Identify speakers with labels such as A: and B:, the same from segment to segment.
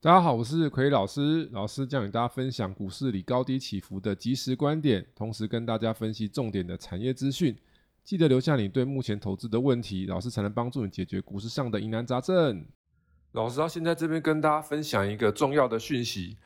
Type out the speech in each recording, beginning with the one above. A: 大家好，我是奎老师，老师将与大家分享股市里高低起伏的即时观点，同时跟大家分析重点的产业资讯。记得留下你对目前投资的问题，老师才能帮助你解决股市上的疑难杂症。老师到现在这边跟大家分享一个重要的讯息，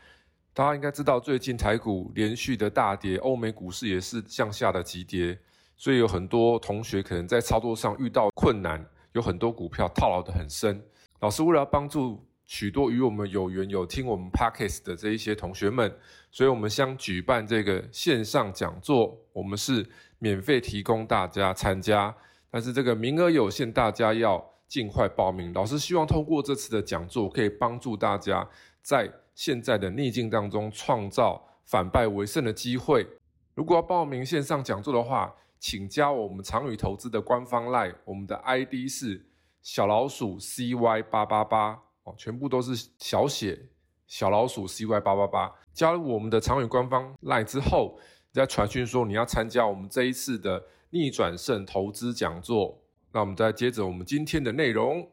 A: 大家应该知道最近台股连续的大跌，欧美股市也是向下的急跌，所以有很多同学可能在操作上遇到困难，有很多股票套牢的很深。老师为了要帮助许多与我们有缘、有听我们 podcast 的这一些同学们，所以我们将举办这个线上讲座，我们是免费提供大家参加，但是这个名额有限，大家要尽快报名。老师希望通过这次的讲座，可以帮助大家在现在的逆境当中创造反败为胜的机会。如果要报名线上讲座的话，请加我们长宇投资的官方 LINE，我们的 ID 是小老鼠 CY 八八八哦，全部都是小写小老鼠 CY 八八八。加入我们的长远官方 LINE 之后，你再传讯说你要参加我们这一次的逆转胜投资讲座。那我们再接着我们今天的内容。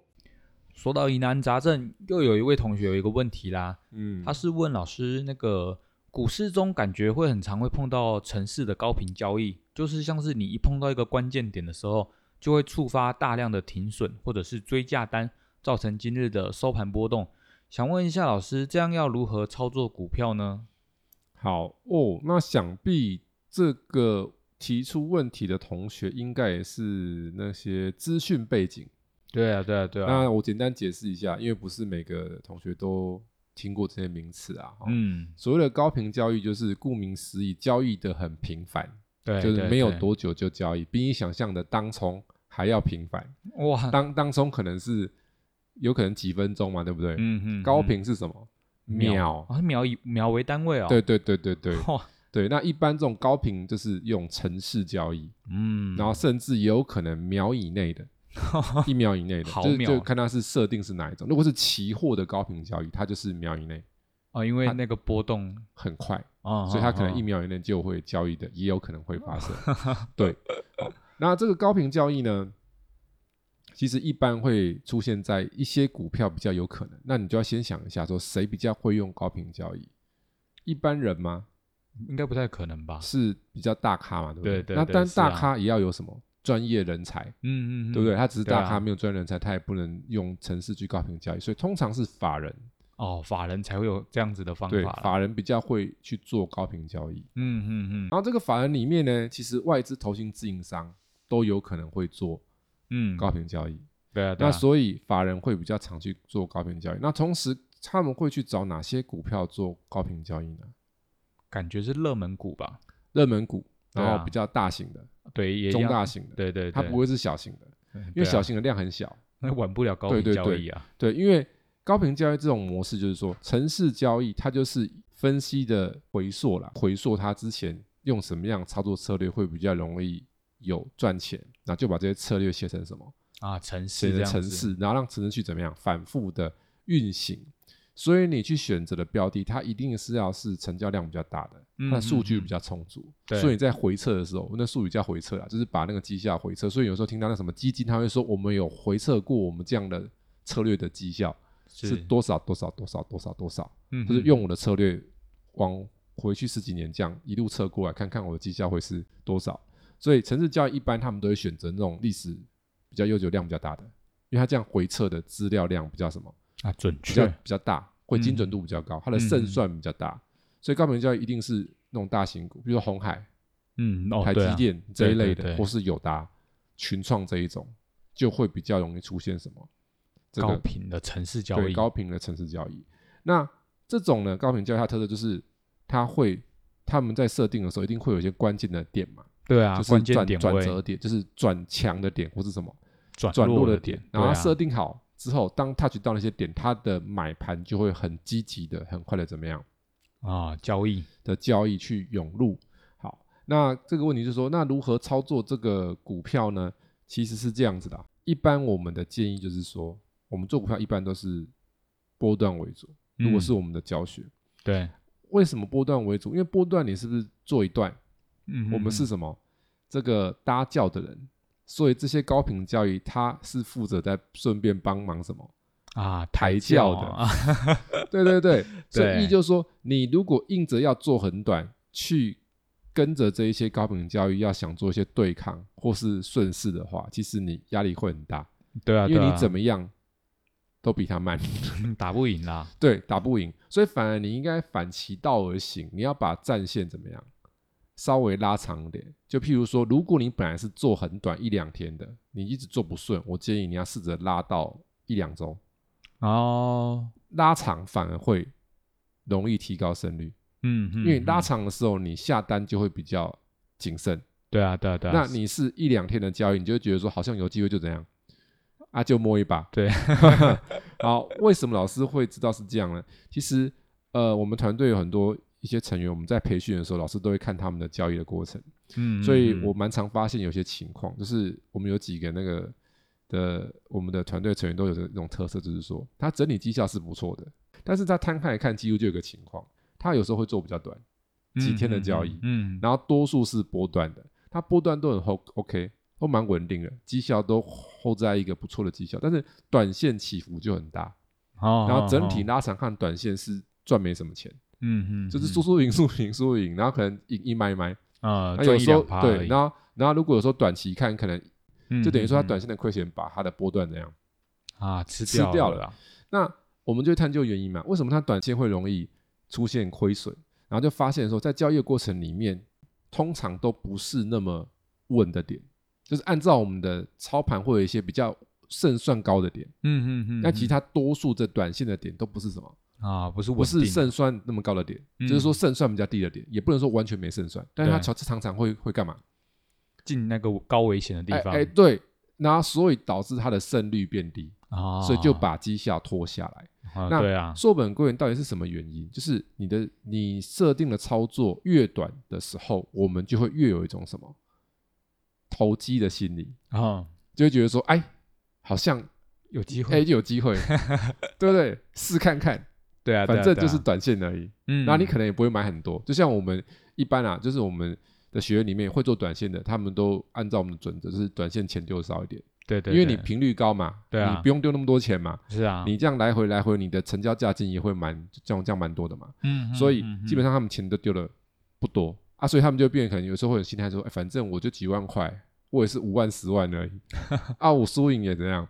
B: 说到疑难杂症，又有一位同学有一个问题啦，
A: 嗯
B: 他是问老师那个股市中感觉会很常会碰到城市的高频交易，就是像是你一碰到一个关键点的时候，就会触发大量的停损或者是追价单，造成今日的收盘波动。想问一下老师，这样要如何操作股票呢？
A: 好哦，那想必这个提出问题的同学应该也是那些资讯背景。
B: 对啊，对啊，对，
A: 那我简单解释一下，因为不是每个同学都听过这些名词啊。哦
B: 嗯，
A: 所谓的高频交易，就是顾名思义，交易的很频繁，
B: 对，
A: 就是
B: 对
A: 没有
B: 对
A: 多久就交易，比你想象的当冲还要频繁。
B: 哇，
A: 当当冲可能是有可能几分钟嘛，对不对？
B: 嗯嗯，
A: 高
B: 嗯
A: 频是什么？
B: 秒
A: 秒。
B: 啊，秒以秒为单位哦，
A: 对，对对对对
B: 哇，
A: 对。那一般这种高频就是用城市交易，
B: 嗯，
A: 然后甚至也有可能秒以 内的，一秒以内的，
B: 毫
A: 就是
B: 秒
A: 就看它是设定是哪一种。如果是期货的高频交易，它就是秒以内，
B: 哦，因为那个波动
A: 很快。
B: 啊，
A: 所以它可能一
B: 啊
A: 秒以内就会交易的，也有可能会 发生。对，好那这个高频交易呢，其实一般会出现在一些股票比较有可能。那你就要先想一下，说谁比较会用高频交易？一般人吗？
B: 应该不太可能吧？
A: 是比较大咖嘛，对不
B: 对对
A: 那
B: 对
A: 但
B: 是啊
A: 大咖也要有什么专业人才，
B: 嗯嗯，嗯
A: 对不对？？他只是
B: 对啊
A: 大咖，没有专业人才，他也不能用城市去高频交易，所以通常是法人，
B: 哦，法人才会有这样子的方
A: 对，
B: 法啦。
A: 法人比较会去做高频交易。
B: 嗯嗯嗯
A: 然后这个法人里面呢，其实外资、投信、自营商都有可能会做
B: 嗯，
A: 高频交易，
B: 对啊，对啊
A: 那所以法人会比较常去做高频交易。那同时他们会去找哪些股票做高频交易呢？
B: 感觉是热门股吧？
A: 热门股，
B: 对啊
A: 然后比较大型的、
B: 对，也一
A: 中
B: 样
A: 大，型的，
B: 对对，
A: 它
B: 对
A: 不会是小型的，
B: 嗯
A: 因
B: 对
A: 为
B: 啊
A: 小型的量很小。
B: 那玩不了高
A: 对
B: 频
A: 对
B: 交
A: 对
B: 易啊。
A: 对，因为高频交易这种模式就是说，城市交易它就是分析的回溯啦，回溯它之前用什么样操作策略会比较容易有赚钱，那就把这些策略写成什么，
B: 啊，城市
A: 写
B: 这
A: 成
B: 样
A: 城
B: 子，
A: 市，然后让城市去怎么样反复的运行。所以你去选择的标的，它一定是要是成交量比较大的，
B: 嗯
A: 它的数据
B: 嗯
A: 比较充足，
B: 对
A: 所以你在回撤的时候，那术语叫回撤啦，就是把那个绩效回撤。所以有时候听到那什么基金，他会说我们有回撤过我们这样的策略的绩效，是
B: 嗯是，
A: 多少多少多少多少多少，
B: 嗯
A: 就是
B: 嗯
A: 用我的策略往回去十几年这样一路测过来，看看我的绩效会是多少。所以城市交易一般他们都会选择那种历史比较悠久、量比较大的，因为它这样回测的资料量比较什么，
B: 啊准
A: 比较
B: 确
A: 比，较大，会
B: 嗯
A: 精准度比较高，它的胜算比较大。所以高频交易一定是那种大型股，比如说红海、
B: 嗯哦，
A: 台积
B: 对啊，
A: 电这一类
B: 对对
A: 的，
B: 对
A: 或是友达、群创这一种，就会比较容易出现什么这
B: 高
A: 个
B: 频的城市交
A: 对
B: 易，
A: 高频的城市交易。那这种呢，高频交易它的特色就是它会，他们在设定的时候一定会有一些关键的点嘛，
B: 对啊，
A: 就是
B: 关键
A: 转
B: 点
A: 转
B: 位
A: 折点，就是转强的点或是什么
B: 转
A: 转弱
B: 的
A: 点，
B: 对
A: 然后它
B: 啊
A: 设定好之后，当 touch 到那些点，它的买盘就会很积极的、很快的怎么样
B: 啊，交易
A: 的交易去涌入。好，那这个问题就是说，那如何操作这个股票呢？其实是这样子的啊、一般我们的建议就是说，我们做股票一般都是波段为主，如果
B: 嗯
A: 是我们的教学。
B: 对，
A: 为什么波段为主？因为波段你是不是做一段？
B: 嗯
A: 我们是什么？这个搭教的人，所以这些高频教育他是负责在顺便帮忙什么？
B: 啊
A: 抬
B: 轿
A: 轿的
B: 啊，
A: 对 对对，所
B: 对
A: 以意就是说，你如果硬着要做很短，去跟着这一些高频教育，要想做一些对抗或是顺势的话，其实你压力会很大，
B: 对啊，
A: 因为
B: 对
A: 你
B: 啊
A: 怎么样都比他慢。
B: 打不赢啦，
A: 对，打不赢，所以反而你应该反其道而行，你要把战线怎么样稍微拉长一点。就譬如说，如果你本来是做很短一两天的，你一直做不顺，我建议你要试着拉到一两周，
B: 哦，
A: 拉长反而会容易提高胜率，
B: 嗯，
A: 因
B: 因
A: 为拉长的时候你下单就会比较谨慎。
B: 对啊，对啊，对啊，
A: 那你是一两天的交易，你就会觉得说好像有机会就怎样啊，就摸 一把。
B: 对，嗯
A: 好，为什么老师会知道是这样呢？其实呃，我们团队有很多一些成员，我们在培训的时候，老师都会看他们的交易的过程，
B: 嗯，
A: 所以
B: 嗯
A: 我蛮常发现有些情况，就是我们有几个那个的我们的团队成员都有这种特色，就是说他整理绩效是不错的，但是他摊开来看，几乎就有个情况，他有时候会做比较短，几天的交易，
B: 嗯，嗯嗯
A: 然后多数是波段的，它波段都很 O OK，都蛮稳定的，绩效都 hold 在一个不错的绩效，但是短线起伏就很大，
B: 哦，
A: 然后整体
B: 哦，
A: 拉长看，短线是赚没什么钱，
B: 嗯嗯，
A: 就是
B: 嗯
A: 输输赢输赢输赢，然后可能赢一买一买，
B: 啊，
A: 那
B: 赚
A: 有
B: 一
A: 时候
B: 两趴而
A: 对，
B: 已
A: 然后然后如果有时候短期看，可能
B: 嗯
A: 就等于说
B: 嗯
A: 它短线的亏钱把它的波段怎样，
B: 嗯啊吃
A: 吃
B: 掉
A: 掉
B: 了
A: 了
B: 啦，
A: 那我们就探究原因嘛，为什么它短线会容易出现亏损？然后就发现说，在交易的过程里面，通常都不是那么稳的点，就是按照我们的操盘会有一些比较胜算高的点，
B: 嗯嗯嗯，
A: 那其
B: 嗯
A: 他多数这短线的点都不是什么，
B: 啊不是
A: 不
B: 稳
A: 是
B: 定
A: 胜算那么高的点，
B: 嗯
A: 就是说胜算比较低的点，也不能说完全没胜算，但是它常常常会会干嘛？
B: 进那个高危险的地
A: 哎
B: 方
A: 哎，对，那所以导致它的胜率变低，
B: 啊，
A: 所以就把绩效拖下来。
B: 啊
A: 那
B: 对啊，
A: 硕本归元到底是什么原因？就是你的你设定的操作越短的时候，我们就会越有一种什么投机的心理，
B: 啊
A: 就会觉得说，哎，好像
B: 有机
A: 哎
B: 会，
A: 有 机会，对不对？试看看，
B: 对啊，对
A: 反
B: 啊
A: 正
B: 对
A: 就
B: 啊
A: 是短线而已。
B: 嗯，
A: 那你可能也不会买很多，就像我们一般啊，就是我们的学员里面会做短线的，他们都按照我们的准则，就是短线钱丢少一点，
B: 嗯对对，
A: 因为你
B: 对
A: 频率高嘛，
B: 对啊
A: 你不用丢那么多钱嘛。
B: 是啊，
A: 你这样来回来回，你的成交价金也会蛮这样这样蛮多的嘛。
B: 嗯，嗯
A: 所以
B: 嗯
A: 基本上他们钱都丢了不多啊，所以他们就变可能有时候会有心态说，哎，反正我就几万块，我也是五万十万 而已啊，我输赢也怎样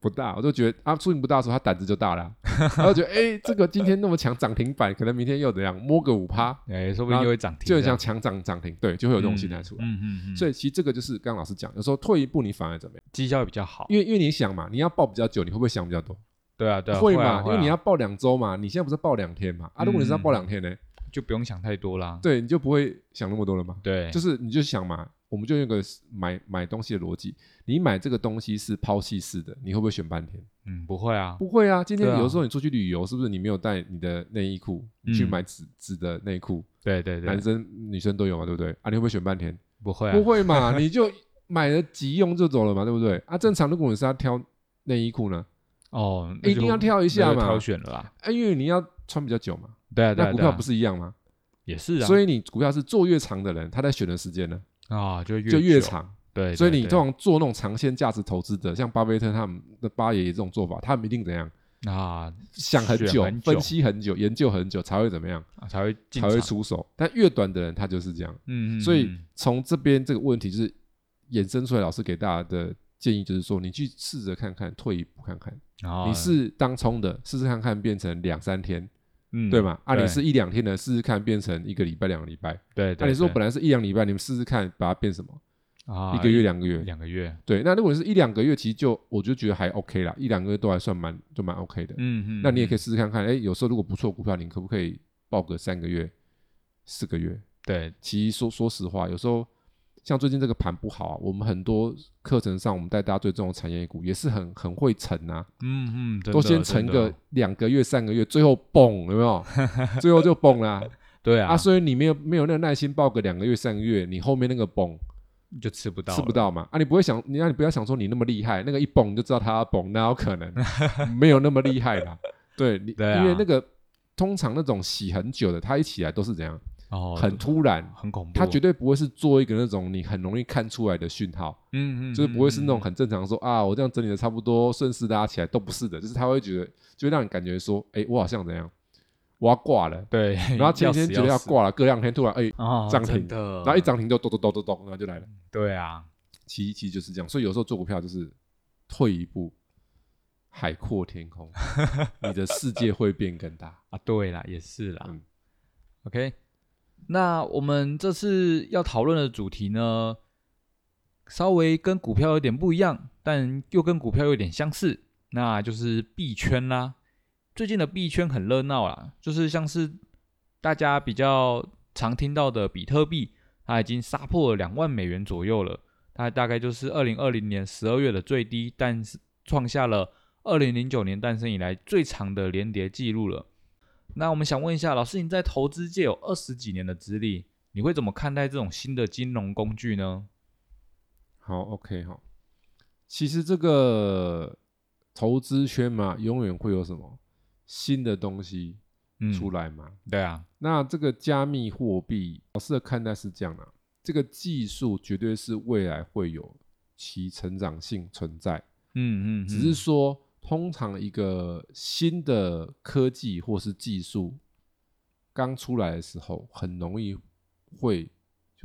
A: 不大，我就觉得啊，输赢不大的时候他胆子就大了，然后觉得哎，这个今天那么强涨停板，可能明天又怎样摸个五趴，
B: 嗯哎，说不定
A: 然后
B: 就会涨停这
A: 就
B: 样，
A: 很像强涨涨停，对，就会有这种心态出来。
B: 嗯嗯嗯，
A: 所
B: 以
A: 以其实这个就是刚刚老师讲，有时候退一步你反而怎么样？
B: 绩效会比较好，
A: 因为因为你想嘛，你要报比较久，你会不会想比较多？
B: 对啊对啊，
A: 会
B: 啊
A: 嘛，因为
B: 啊
A: 你要报两周嘛，你现在不是报两天嘛？啊，如果你是要
B: 嗯
A: 报两天呢，
B: 就不用想太多啦，
A: 对，你就不会想那么多了嘛。
B: 对，
A: 就是你就想嘛，我们就用个买买东西的逻辑，你买这个东西是抛弃式的，你会不会选半天？
B: 嗯不会啊，
A: 不会啊，今天
B: 对啊
A: 有时候你出去旅游，是不是你没有带你的内衣裤？你去
B: 嗯
A: 买纸纸的内裤，
B: 对对对
A: 男，生女生都有嘛，对不对？啊，你会不会选半天？
B: 不会啊，
A: 不会嘛，你就买了急用就走了嘛，对不对？啊，正常如果你是要挑内衣裤呢，
B: 哦，那
A: 一定
B: 就
A: 要挑一下
B: 那就
A: 嘛
B: 挑选了啦，
A: 啊，因为你要穿比较久嘛，
B: 对啊对啊，
A: 那股
B: 对啊
A: 票不是一样吗？
B: 也是啊，
A: 所
B: 以
A: 以你股票是做越长的人，他在选的时间呢
B: 啊就越
A: 就越
B: 久，
A: 长。
B: 对，对
A: 所以你
B: 对
A: 通常做那种长线价值投资者，像巴菲特他们的八爷爷这种做法，他们一定怎样
B: 啊
A: 想很
B: 选
A: 久、
B: 很久啊
A: 分析很久、研究很久才会怎么样，
B: 才会进
A: 才会
B: 场，
A: 出手。但越短的人他就是这样。
B: 嗯嗯，
A: 所以
B: 嗯
A: 从这边这个问题就是衍生出来，老师给大家的建议就是说，你去试着看看，退一步看看，
B: 啊
A: 你是当冲的，试试看看变成两三天，
B: 嗯
A: 对吗？啊，
B: 对
A: 你是一两天的，试试看变成一个礼拜、两个礼拜。
B: 对，
A: 那
B: 对
A: 啊你说
B: 对
A: 本来是一两礼拜，你们试试看把它变什么？
B: 啊
A: 一个月、两个月？
B: 两个月，
A: 对，那如果是一两个月，其实就我就觉得还 OK 啦，一两个月都还算蛮就蛮 OK 的。
B: 嗯嗯，
A: 那你也可
B: 以
A: 以试试看看，哎，有时候如果不错股票，你可不可以报个三个月、四个月？
B: 对
A: 其实说说实话，有时候像最近这个盘不好啊，我们很多课程上我们带大家追踪的产业股也是很很会沉啊，
B: 嗯嗯，真
A: 都
B: 的
A: 先
B: 真
A: 沉，个
B: 的
A: 两个月、三个月，最后嘣，有没有？最后就崩啦、
B: 对
A: 啊！
B: 啊，
A: 所以你没有没有那个耐心报个两个月、三个月，你后面那个崩
B: 就吃不到，
A: 吃不，到嘛？啊，你不会想，你让、你不要想说你那么厉害，那个一崩你就知道它要崩，那有可能 没有那么厉害啦。对你，
B: 对啊
A: 因为那个通常那种洗很久的，它一起来都是怎样，
B: 哦，
A: 很突然。
B: 很恐怖，
A: 它绝对不会是做一个那种你很容易看出来的讯号，
B: 嗯嗯，
A: 就是不会是那
B: 嗯，
A: 种很正常说啊，我这样整理的差不多，顺势拉起来都不是的，就是他会觉得，就会让你感觉说，哎、我好像怎样，我要挂 了，
B: 对，
A: 然后前一天觉得要 挂了，隔两天突然哎、
B: 啊，
A: 涨停
B: 真的，
A: 然后一，涨停就咚咚咚咚咚，然后就来了。
B: 对啊，
A: 其其实就是这样，所以有时候做股票就是退一步，海阔天 空，你的世界会变更大。
B: 啊，对啦，也是啦。
A: 嗯
B: OK，那我们这次要讨论的主题呢，稍微跟股票有点不一样，但又跟股票有点相似，那就是币圈啦。最近的币圈很热闹啦，就是像是大家比较常听到的比特币，它已经杀破了两万美元左右了，它大概就是二零二零年十二月的最低，但是创下了二零零九年诞生以来最长的连跌记录了。那我们想问一下，老师，你在投资界有二十几年的资历，你会怎么看待这种新的金融工具呢？
A: 好，OK，好。其实这个投资圈嘛，永远会有什么新的东西
B: 嗯，
A: 出来嘛。
B: 对啊，
A: 那这个加密货币，老师的看待是这样啊，这个技术绝对是未来会有其成长性存在。
B: 嗯嗯，
A: 只是说，通常一个新的科技或是技术刚出来的时候，很容易会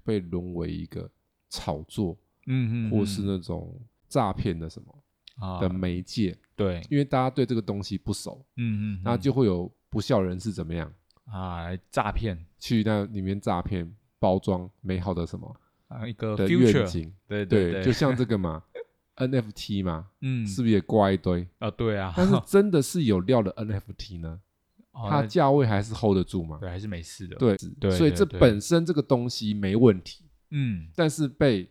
A: 被沦为一个炒作
B: 嗯嗯，嗯
A: 或是那种诈骗的什么
B: 啊
A: 的，媒介，
B: 对，
A: 因为大家对这个东西不熟，
B: 嗯嗯，
A: 那就会有不孝人士怎么样
B: 嗯啊来诈骗
A: 去那里面诈骗、包装美好的什么
B: 啊一个
A: 的愿
B: future，
A: 景，
B: 对
A: 对，
B: 对，
A: 就像这 个嘛 NFT 嘛，
B: 嗯
A: 是不是也挂一堆？
B: 啊对啊，
A: 但是真的是有料的 NFT 呢？
B: 哦
A: 它
B: 那
A: 价位还是 hold 得住嘛？
B: 对还是没事的，
A: 对
B: 对
A: 所以
B: 对
A: 这
B: 对
A: 本身这个东西没问题，
B: 嗯
A: 但是被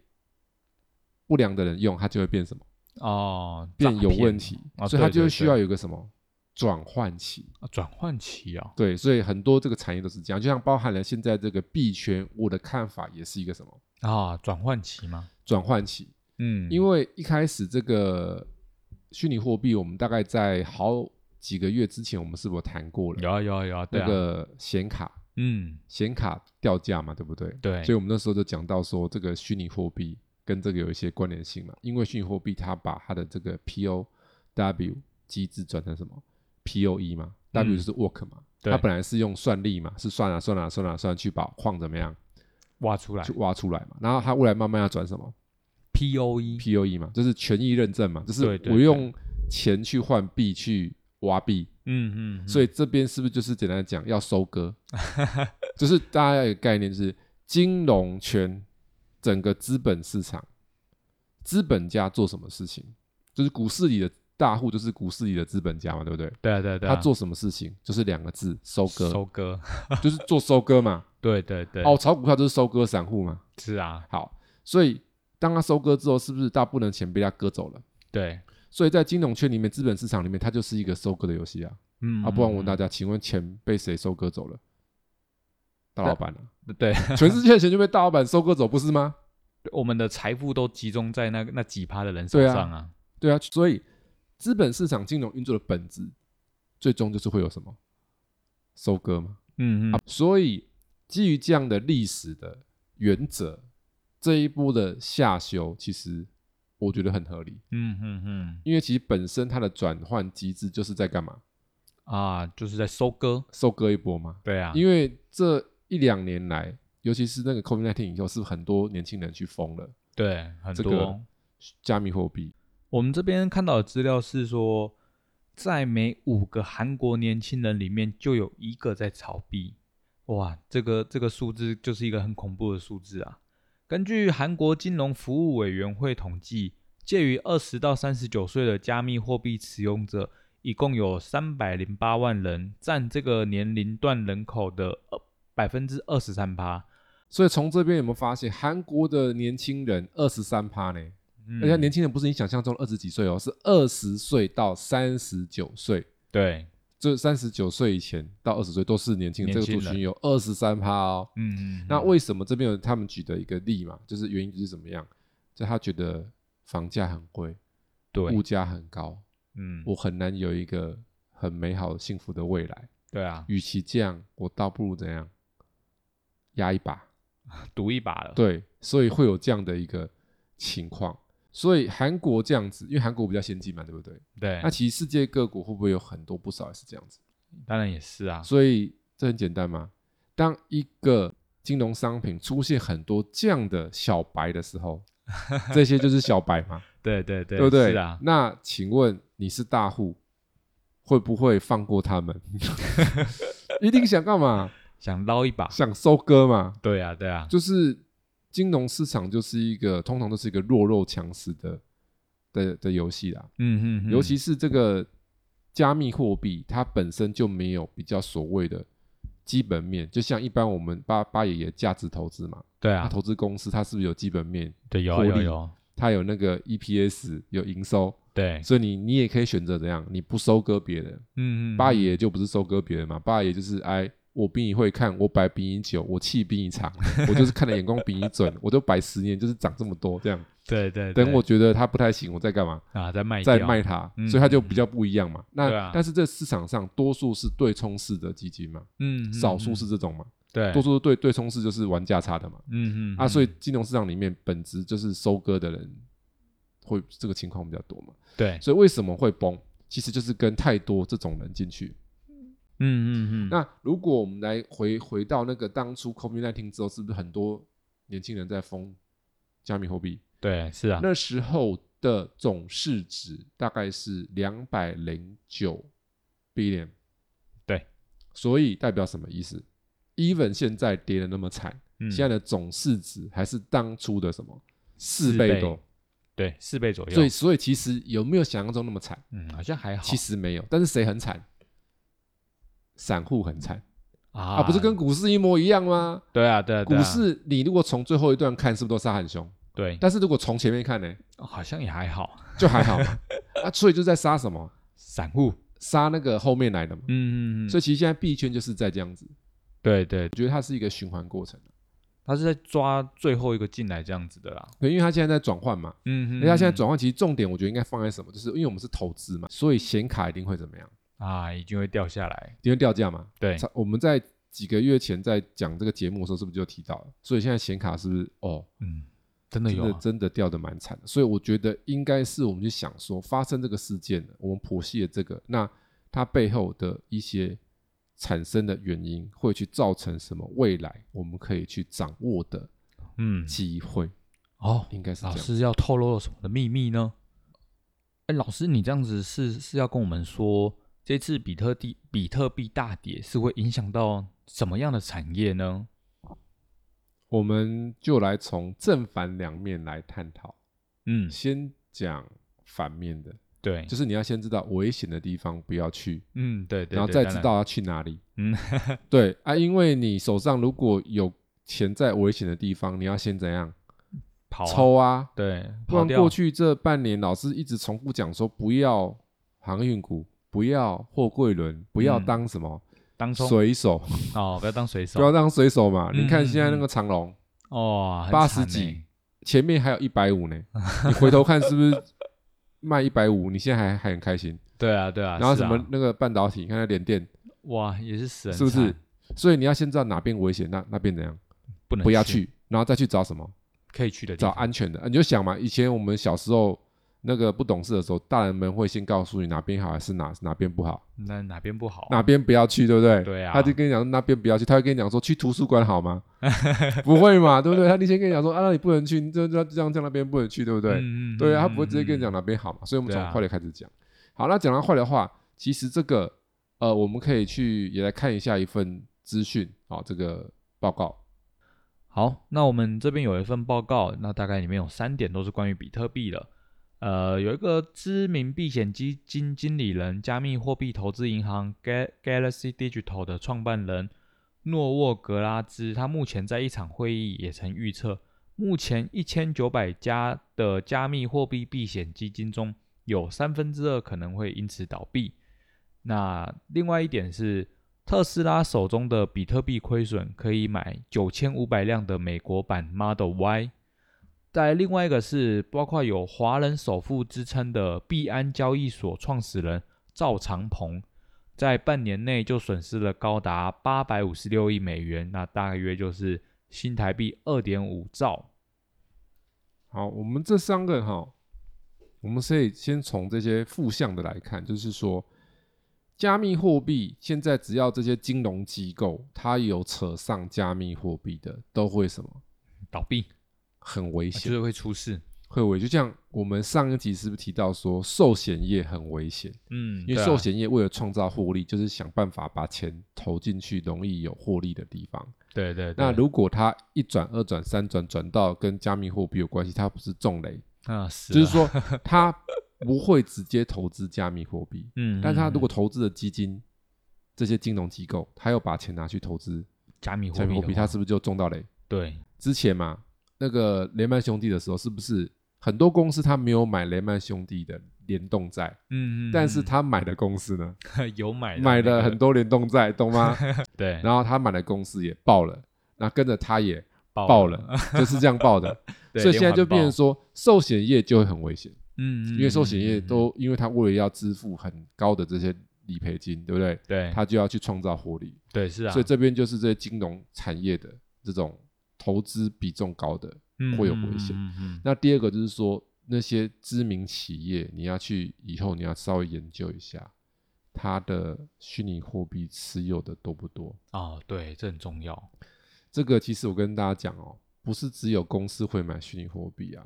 A: 不良的人用，它就会变什么？
B: 哦
A: 变有
B: 诈骗
A: 问题，
B: 啊
A: 所以它
B: 对
A: 就会
B: 对
A: 需
B: 对
A: 要有一个什么转换期。
B: 啊转换期啊，
A: 对，所以很多这个产业都是这样，就像包含了现在这个币圈，我的看法也是一个什么
B: 啊转换期吗？
A: 转换期，
B: 嗯，
A: 因
B: 为
A: 为一开始这个虚拟货币，我们大概在好几个月之前，我们是否谈过了
B: 有啊有啊有啊，对
A: 那
B: 啊，
A: 个显卡？
B: 嗯
A: 显卡掉价嘛，对不对？
B: 对
A: 所以我们那时候就讲到说，这个虚拟货币跟这个有一些关联性嘛，因为虚拟货币它把它的这个 POW 机制转成什么 POE 嘛、
B: 嗯
A: w 就是 work 嘛，
B: 对
A: 它本来是用算力嘛，是算啊算啊算啊算啊去把矿怎么样
B: 挖出来
A: 去挖出来嘛，然后它未来慢慢要转什么
B: POE
A: POE 嘛，就是权益认证嘛，就是
B: 对对
A: 我用钱去换币去挖币，
B: 嗯嗯，
A: 所以这边是不是就是简单地讲要收 割？就是大家要有个概念，就是金融圈整个资本市场，资本家做什么事情？就是股市里的大户，就是股市里的资本家嘛，对不对？
B: 对啊对啊对啊，
A: 他做什么事情？就是两个字：收割，
B: 收割，
A: 就是做收割嘛。
B: 对对 对，
A: 哦，，炒股票就是收割散户嘛。
B: 是啊，
A: 好，所以当他收割之后，是不是大部分的钱被他割走了？
B: 对，
A: 所以在金融圈里面，资本市场里面，它就是一个收割的游戏啊。
B: 嗯
A: 啊，不然我问
B: 那
A: 大家，请问钱被谁收割走了？大老板啊，
B: 对
A: 全世界的钱就被大老板收割走，不是吗？
B: 我们的财富都集中在那那几趴的人手
A: 对啊
B: 上啊，
A: 对啊，所以资本市场金融运作的本质，最终就是会有什么收割嘛。
B: 嗯嗯，
A: 所以基于这样的历史的原则，这一波的下修，其实我觉得很合理，
B: 嗯嗯嗯，
A: 因为其实本身它的转换机制就是在干嘛，
B: 啊，就是在收割，
A: 收割一波嘛。
B: 对啊，
A: 因为这一两年来，尤其是那个 COVID-19 以后，是不是很多年轻人去疯了
B: 对很
A: 这
B: 多、
A: 个加密货币？
B: 我们这边看到的资料是说，在每五个韩国年轻人里面就有一个在炒币，哇，这个这个数字就是一个很恐怖的数字啊！根据韩国金融服务委员会统计，介于二十到三十九岁的加密货币使用者，一共有三百零八万人，占这个年龄段人口的百分之二十三趴。
A: 所以从这边有没有发现，韩国的年轻人二十三趴呢？
B: 嗯
A: 而且年轻人不是你想象中的二十几岁哦，是二十岁到三十九岁，
B: 对，
A: 这三十九岁以前到二十岁都是年轻人，这
B: 年
A: 个
B: 轻
A: 族
B: 人
A: 群有二十三趴哦。
B: 嗯，嗯
A: 那
B: 嗯
A: 为什么这边有他们举的一个例嘛？就是原因就是怎么样？就他觉得房价很贵，物
B: 对，
A: 价很高，
B: 嗯，
A: 我很难有一个很美好幸福的未来。
B: 对啊，
A: 与其这样，我倒不如怎样压一把。
B: 赌一把了，
A: 对，所以会有这样的一个情况。所以韩国这样子，因为韩国比较先进嘛，对不对？
B: 对
A: 那，其实世界各国会不会有很多不少也是这样子？
B: 当然也是啊，
A: 所以这很简单嘛。当一个金融商品出现很多这样的小白的时候，这些就是小白嘛，
B: 对对对
A: 对不对？
B: 是啊，
A: 那请问你是大户，会不会放过 他们？一定想干嘛？
B: 想捞一把，
A: 想收割嘛？
B: 对啊，对啊，
A: 就是金融市场就是一个通常都是一个弱肉强食的的的游戏啦，
B: 嗯嗯，嗯
A: 尤其是这个加密货币，它本身就没有比较所谓的基本面，就像一般我们八八爷爷价值投资嘛，
B: 对
A: 他
B: 啊，
A: 投资公司它是不是有基本面？
B: 对有啊
A: 获
B: 有啊
A: 利
B: 有啊，
A: 它有那个 EPS 有营收，
B: 对，
A: 所以你你也可以选择怎样，你不收割别人。
B: 嗯嗯，
A: 八
B: 嗯
A: 爷就不是收割别人嘛，八爷就是哎，我比你会看，我摆比你久，我气比你长，我就是看的眼光比你准，我都摆十年，就是长这么多这样。
B: 对对，
A: 等
B: 对
A: 我觉得他不太行，我再干嘛？
B: 啊再卖
A: 再
B: 掉
A: 卖它
B: 嗯，
A: 所以它就比较不一样嘛。那、
B: 对啊
A: 但是这市场上多数是对冲式的基金嘛，
B: 嗯，嗯
A: 少数
B: 嗯
A: 是这种嘛，
B: 对，
A: 多数是对对冲式就是玩价差的嘛。
B: 嗯嗯
A: 啊，所
B: 以
A: 以金融市场里面本质就是收割的人会这个情况比较多嘛。
B: 对，
A: 所以为什么会崩？其实就是跟太多这种人进去。
B: 嗯嗯嗯，
A: 那如果我们来回回到那个当初 COVID 1 9之后，是不是很多年轻人在疯加密货币？
B: 对是啊，
A: 那时候的总市值大概是两百零九 billion，
B: 对，
A: 所以代表什么意思？even 现在跌的那么惨，
B: 嗯
A: 现在的总市值还是当初的什么四
B: 四
A: 倍
B: 倍
A: 多？
B: 对四倍左右，
A: 所以所以其实有没有想象中那么惨？
B: 嗯好像还好，
A: 其实没有，但是谁很惨？散户很惨
B: 啊
A: 啊，不是跟股市一模一样吗？
B: 对啊对啊，对
A: 股
B: 啊
A: 市你如果从最后一段看，是不是都杀很凶？
B: 对
A: 但是如果从前面看呢，
B: 好像也还好，
A: 就 还好嘛。啊，所以就在杀什么？
B: 散户，
A: 杀那个后面来的嘛。
B: 嗯嗯嗯，
A: 所以其实现在币圈就是在这样子，
B: 对对
A: 我，觉得它是一个循环过程。
B: 他是在抓最后一个进来这样子的啦，
A: 对，因为它现在在转换嘛，
B: 嗯嗯，
A: 而且哎它现在
B: 嗯
A: 转换其实重点我觉得应该放在什么？就是因为我们是投资嘛，所以显卡一定会怎么样？
B: 啊一定会掉下来，
A: 一定会掉价嘛。
B: 对
A: 差我们在几个月前在讲这个节目的时候，是不是就提到了？所以现在显卡是不是哦，
B: 嗯，真的
A: 真
B: 有
A: 的
B: 啊，
A: 真的掉的蛮惨的。所以我觉得应该是我们去想说，发生这个事件了，我们剖析了这个，那它背后的一些产生的原因，会去造成什么未来我们可以去掌握的
B: 嗯，
A: 机会，
B: 哦，
A: 应该是这
B: 老
A: 样。
B: 师要透露了什么的秘密呢？哎，老师，你这样子是是要跟我们说，这次比特币比特币大跌是会影响到什么样的产业呢？
A: 我们就来从正反两面来探讨，
B: 嗯，
A: 先讲反面的，
B: 对，
A: 就是你要先知道危险的地方不要去，
B: 嗯，对对，
A: 然后
B: 对
A: 再
B: 当
A: 知
B: 然
A: 道要去哪里。
B: 嗯，
A: 对啊，因为你手上如果有钱在危险的地方，你要先怎样
B: 跑啊
A: 抽啊？
B: 对，
A: 不
B: 跑
A: 然
B: 掉
A: 过去这半年，老师一直重复讲说不要航运股，不要货柜轮，不要
B: 嗯
A: 当什么
B: 当冲
A: 水手，
B: 哦，不要当水
A: 不要
B: 手
A: 当水手嘛。
B: 嗯
A: 你看现在那
B: 嗯
A: 个长龙
B: 哦，很
A: 八
B: 惨
A: 十
B: 欸
A: 几，前面还有一 百五呢，你回头看是不是卖一百五？你现在还还很开心。
B: 对啊对啊，
A: 然后
B: 是
A: 什
B: 啊
A: 么那个半导体，你看它联电，
B: 哇也是死人
A: 是不是
B: 惨？
A: 所以你要先知道哪边危险，那那边怎样，
B: 不能
A: 不要，去，然后再去找什么。
B: 可以去的地
A: 找
B: 方
A: 安全的、啊你就想嘛，以前我们小时候那个不懂事的时候，大人们会先告诉你哪边好还是哪哪边不好，
B: 那哪边不好啊？
A: 哪边不要去，对不对？
B: 哦对啊
A: 他就跟你讲那边不要去，他会跟你讲说去图书馆 好吗？不会嘛，对不对？他那先跟你讲说啊，那你不能去，你这这这样这样那边不能去，对不对？
B: 嗯，嗯
A: 对
B: 嗯
A: 啊，他不会直接跟你
B: 嗯
A: 讲哪边好嘛，所以我们从
B: 对啊
A: 坏的开始讲。好，那讲到坏的话，其实这个呃，我们可以去也来看一下一份资讯啊、哦这个报告。
B: 好，那我们这边有一份报告，那大概里面有三点都是关于比特币的。呃，有一个知名避险基金经理人、加密货币投资银行 Ga- Galaxy Digital 的创办人诺沃格拉兹，他目前在一场会议也曾预测，目前一千九百家的加密货币避险基金中有三分之二可能会因此倒闭。那另外一点是，特斯拉手中的比特币亏损可以买九千五百辆的美国版 Model Y。在另外一个是，包括有华人首富之称的币安交易所创始人赵长鹏，在半年内就损失了高达八百五十六亿美元，那大约就是新台币二点五兆。
A: 好，我们这三个哈，我们可以先从这些负向的来看，就是说，加密货币现在只要这些金融机构它有扯上加密货币的，都会什么
B: 倒闭
A: 很危
B: 就
A: 险，
B: 是会出事。
A: 啊会危。就像我们上一集是不是提到说，寿险业很危险？
B: 嗯，
A: 因为
B: 对啊
A: 寿险业为了创造获利，就是想办法把钱投进去容易有获利的地方。
B: 对啊对嗯
A: 那
B: 对，
A: 如果它一转、二转、三转，转到跟加密货币有关系，它不是重雷，
B: 啊是啊，
A: 就是说它不会直接投资加密货币，
B: 嗯，嗯，
A: 但它如
B: 嗯
A: 果投资的基金，这些金融机构，它又把钱拿去投资
B: 加密货
A: 加密
B: 币
A: 货
B: 的
A: 币，
B: 话
A: 它是不是就中到雷？
B: 对
A: 之前嘛，那个雷曼兄弟的时候，是不是很多公司它没有买雷曼兄弟的联动债，
B: 嗯，嗯
A: 但是
B: 嗯
A: 它买的公司呢，
B: 有买的
A: 买
B: 那
A: 了
B: 个
A: 很多联动债，懂吗？
B: 对，
A: 然后他买的公司也爆了，那跟着他也爆
B: 爆
A: 了，就是这样爆的。
B: 对
A: 所以现在
B: 连环
A: 就变成
B: 爆
A: 说，寿险业就会很危险，
B: 嗯，嗯
A: 因为寿险
B: 嗯
A: 业
B: 嗯
A: 都因为他为了要支付很高的这些理赔金，对不对？
B: 对，
A: 他就要去创造获利，
B: 对是啊，
A: 所以这边就是这些金融产业的这种投资比重高的。
B: 嗯
A: 会有
B: 嗯
A: 危险
B: 嗯嗯嗯
A: 那第二个就是说，那些知名企业，你要去以后你要稍微研究一下，它的虚拟货币持有的多不多？
B: 哦，对，这很重要。
A: 这个其实我跟大家讲哦，不是只有公司会买虚拟货币啊，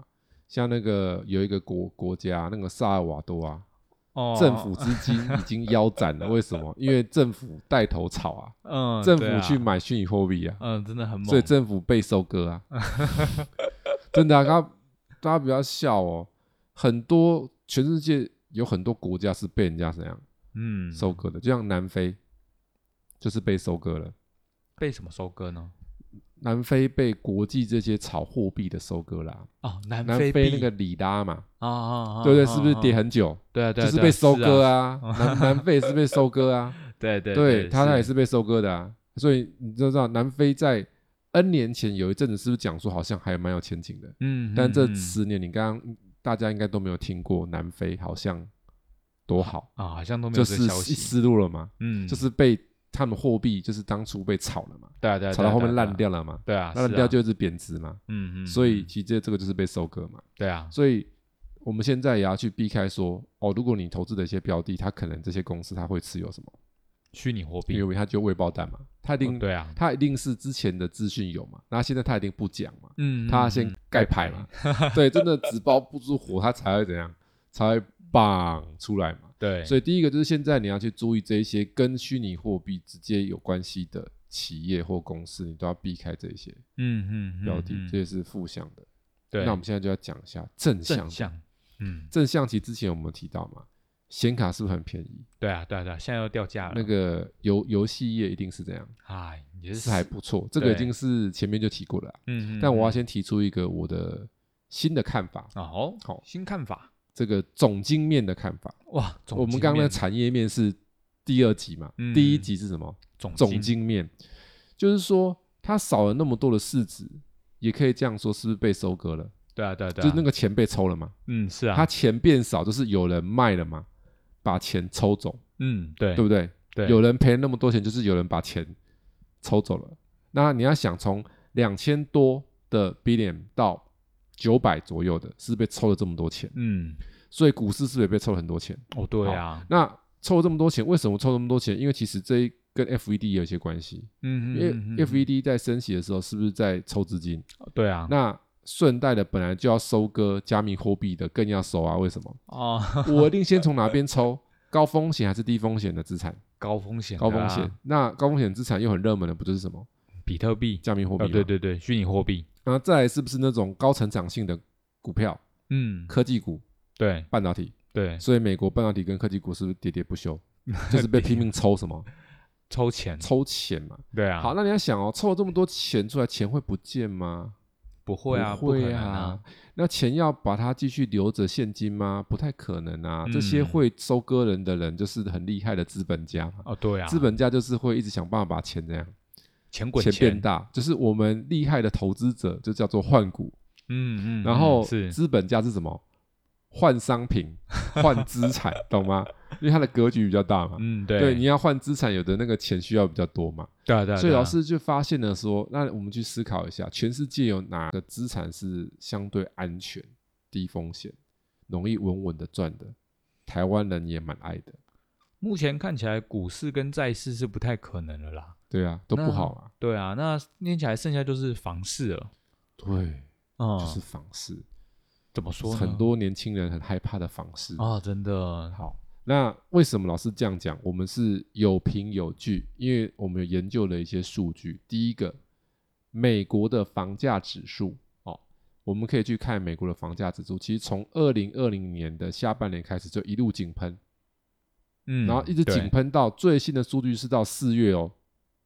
A: 像那个有一个国国家，那个萨尔瓦多啊，
B: 哦，
A: 政府资金已经腰斩 了，为什么？因为政府带头炒啊，
B: 嗯，
A: 政
B: 对
A: 府
B: 啊
A: 去买虚拟货币啊，
B: 嗯，真的很猛，
A: 所以政府被收割啊， 真的啊，大家大家不要笑哦，很多全世界有很多国家是被人家怎样
B: 嗯
A: 收割的，就像南非就是被收割了。
B: 被什么收割呢？
A: 南非被国际这些炒货币的收割啦、
B: 哦，南
A: 南
B: 非
A: 非那个里拉嘛，
B: 啊啊，啊
A: 对不对？
B: 啊
A: 是不是跌
B: 啊
A: 很久？
B: 对啊，对
A: 就
B: 啊，
A: 是
B: 对啊
A: 被收割
B: 啊，
A: 啊，南 南非也是被收割啊，
B: 对对
A: 对，它那也
B: 是
A: 是被收割的啊。所以你就知道，南非在 N 年前有一阵子是不是讲说好像还蛮有前景的？
B: 嗯，
A: 但这
B: 嗯嗯
A: 十年，你刚刚大家应该都没有听过南非好像多好，
B: 啊，好像都没
A: 就
B: 有这
A: 是
B: 个消息，
A: 失落了嘛，
B: 嗯，
A: 就是被他们货币就是当初被炒了嘛，
B: 对啊对啊，
A: 炒
B: 对
A: 到
B: 啊
A: 后
B: 对啊
A: 面烂
B: 对啊
A: 掉了嘛，
B: 对啊，
A: 烂
B: 是
A: 掉
B: 啊
A: 就一直贬值嘛。
B: 嗯嗯，
A: 所以
B: 嗯
A: 其实这这个就是被收割嘛。
B: 对啊，
A: 所以我们现在也要去避开说，哦，如果你投资的一些标的，它可能这些公司它会持有什么？
B: 虚拟货币
A: 因为它就未爆弹嘛，它一
B: 哦
A: 定、
B: 对啊，
A: 它一定是之前的资讯有嘛，那现在它一定不讲嘛，
B: 嗯，
A: 它
B: 嗯
A: 先
B: 嗯
A: 盖牌嘛，对，真的纸包不住火，它才会怎样，才会棒出来嘛。
B: 对，
A: 所以第一个就是现在你要去注意这一些跟虚拟货币直接有关系的企业或公司，你都要避开这一些
B: 嗯嗯嗯
A: 标的，
B: 嗯
A: 这也是负向的。
B: 对，
A: 那我们现在就要讲一下正向
B: 正
A: 的。
B: 向，嗯，
A: 正向其实之前我们有提到嘛，显卡是不是很便宜？
B: 对啊对啊对啊，现在要掉价了，
A: 那个游游戏业一定是这样，
B: 哎也
A: 是
B: 是
A: 还不错。这个已
B: 对
A: 经是前面就提过了啊、
B: 嗯，嗯
A: 但我要
B: 嗯
A: 先提出一个我的新的看法，
B: 哦，
A: 好
B: 新看法
A: 这个总经面的看法。
B: 哇，总
A: 我们
B: 经
A: 刚刚的
B: 面
A: 产业面是第二集嘛，
B: 嗯
A: 第一集是什么？
B: 总
A: 总经面，就是说它少了那么多的市值，也可以这样说，是不是被收割了？
B: 对啊对啊对
A: 就
B: 啊，
A: 是那个钱被抽了嘛，
B: 嗯是啊，
A: 它钱变少，就是有人卖了嘛，把钱抽走，
B: 嗯对
A: 对不对？
B: 对
A: 有人赔那么多钱，就是有人把钱抽走了。那你要想，从两千多的 billion 到九百左右的，是被抽了这么多钱，
B: 嗯
A: 所以股市是不是也被抽了很多钱？
B: 哦对啊，
A: 那抽了这么多钱，为什么抽这么多钱？因为其实这一跟 FED 也有一些关系，
B: 嗯嗯
A: 因为
B: 嗯嗯
A: FED 在升息的时候，是不是在抽资金？
B: 对啊，
A: 那顺带的本来就要收割加密货币的，更要收啊？为 什么？
B: 哦
A: 我一定先从哪边抽？高风险还是低风险的资产？
B: 高风险
A: 高
B: 的
A: 风
B: 啊
A: 险，那高风险资产又很热门的，不就是什么
B: 比特币
A: 加密货币、
B: 哦对，对对，虚拟货币，
A: 然后再来是不是那种高成长性的股票、
B: 嗯
A: 科技股、
B: 对
A: 半导体？
B: 对
A: 所以美国半导体跟科技股是不是喋喋不休，就是被拼命抽什么
B: 抽钱，
A: 抽钱嘛。
B: 对啊，
A: 好，那你要想哦，凑了这么多钱出来，钱会不见吗？
B: 不会啊，
A: 不会
B: 可能啊，
A: 那钱要把它继续留着现金吗？不太可能啊。这些
B: 嗯
A: 会收割人的人，就是很厉害的资本家嘛。
B: 哦，对啊，
A: 资本家就是会一直想办法把钱怎样，
B: 钱滚
A: 钱变大，就是我们厉害的投资者就叫做换股，
B: 嗯嗯，
A: 然后
B: 嗯是
A: 资本家是什么？换商 品，换资产，懂吗？因为它的格局比较大嘛。
B: 嗯对
A: 对，你要换资产，有的那个钱需要比较多嘛。
B: 对啊对啊，
A: 所以
B: 对啊
A: 老师就发现了说，那我们去思考一下，全世界有哪个资产是相对安全、低风险、容易稳稳的赚的？台湾人也蛮爱的，
B: 目前看起来股市跟债市是不太可能了啦。
A: 对啊，都不好啊。
B: 对啊，那念起来剩下就是房市了。
A: 对，
B: 嗯，
A: 就是房市，
B: 怎么说呢？
A: 很多年轻人很害怕的房市。
B: 啊、真的
A: 好，那为什么老师这样讲？我们是有凭有据，因为我们有研究了一些数据。第一个，美国的房价指数哦，我们可以去看美国的房价指数，其实从二零二零年的下半年开始就一路井喷，
B: 嗯，
A: 然后一直
B: 对
A: 井喷到最新的数据是到四月哦。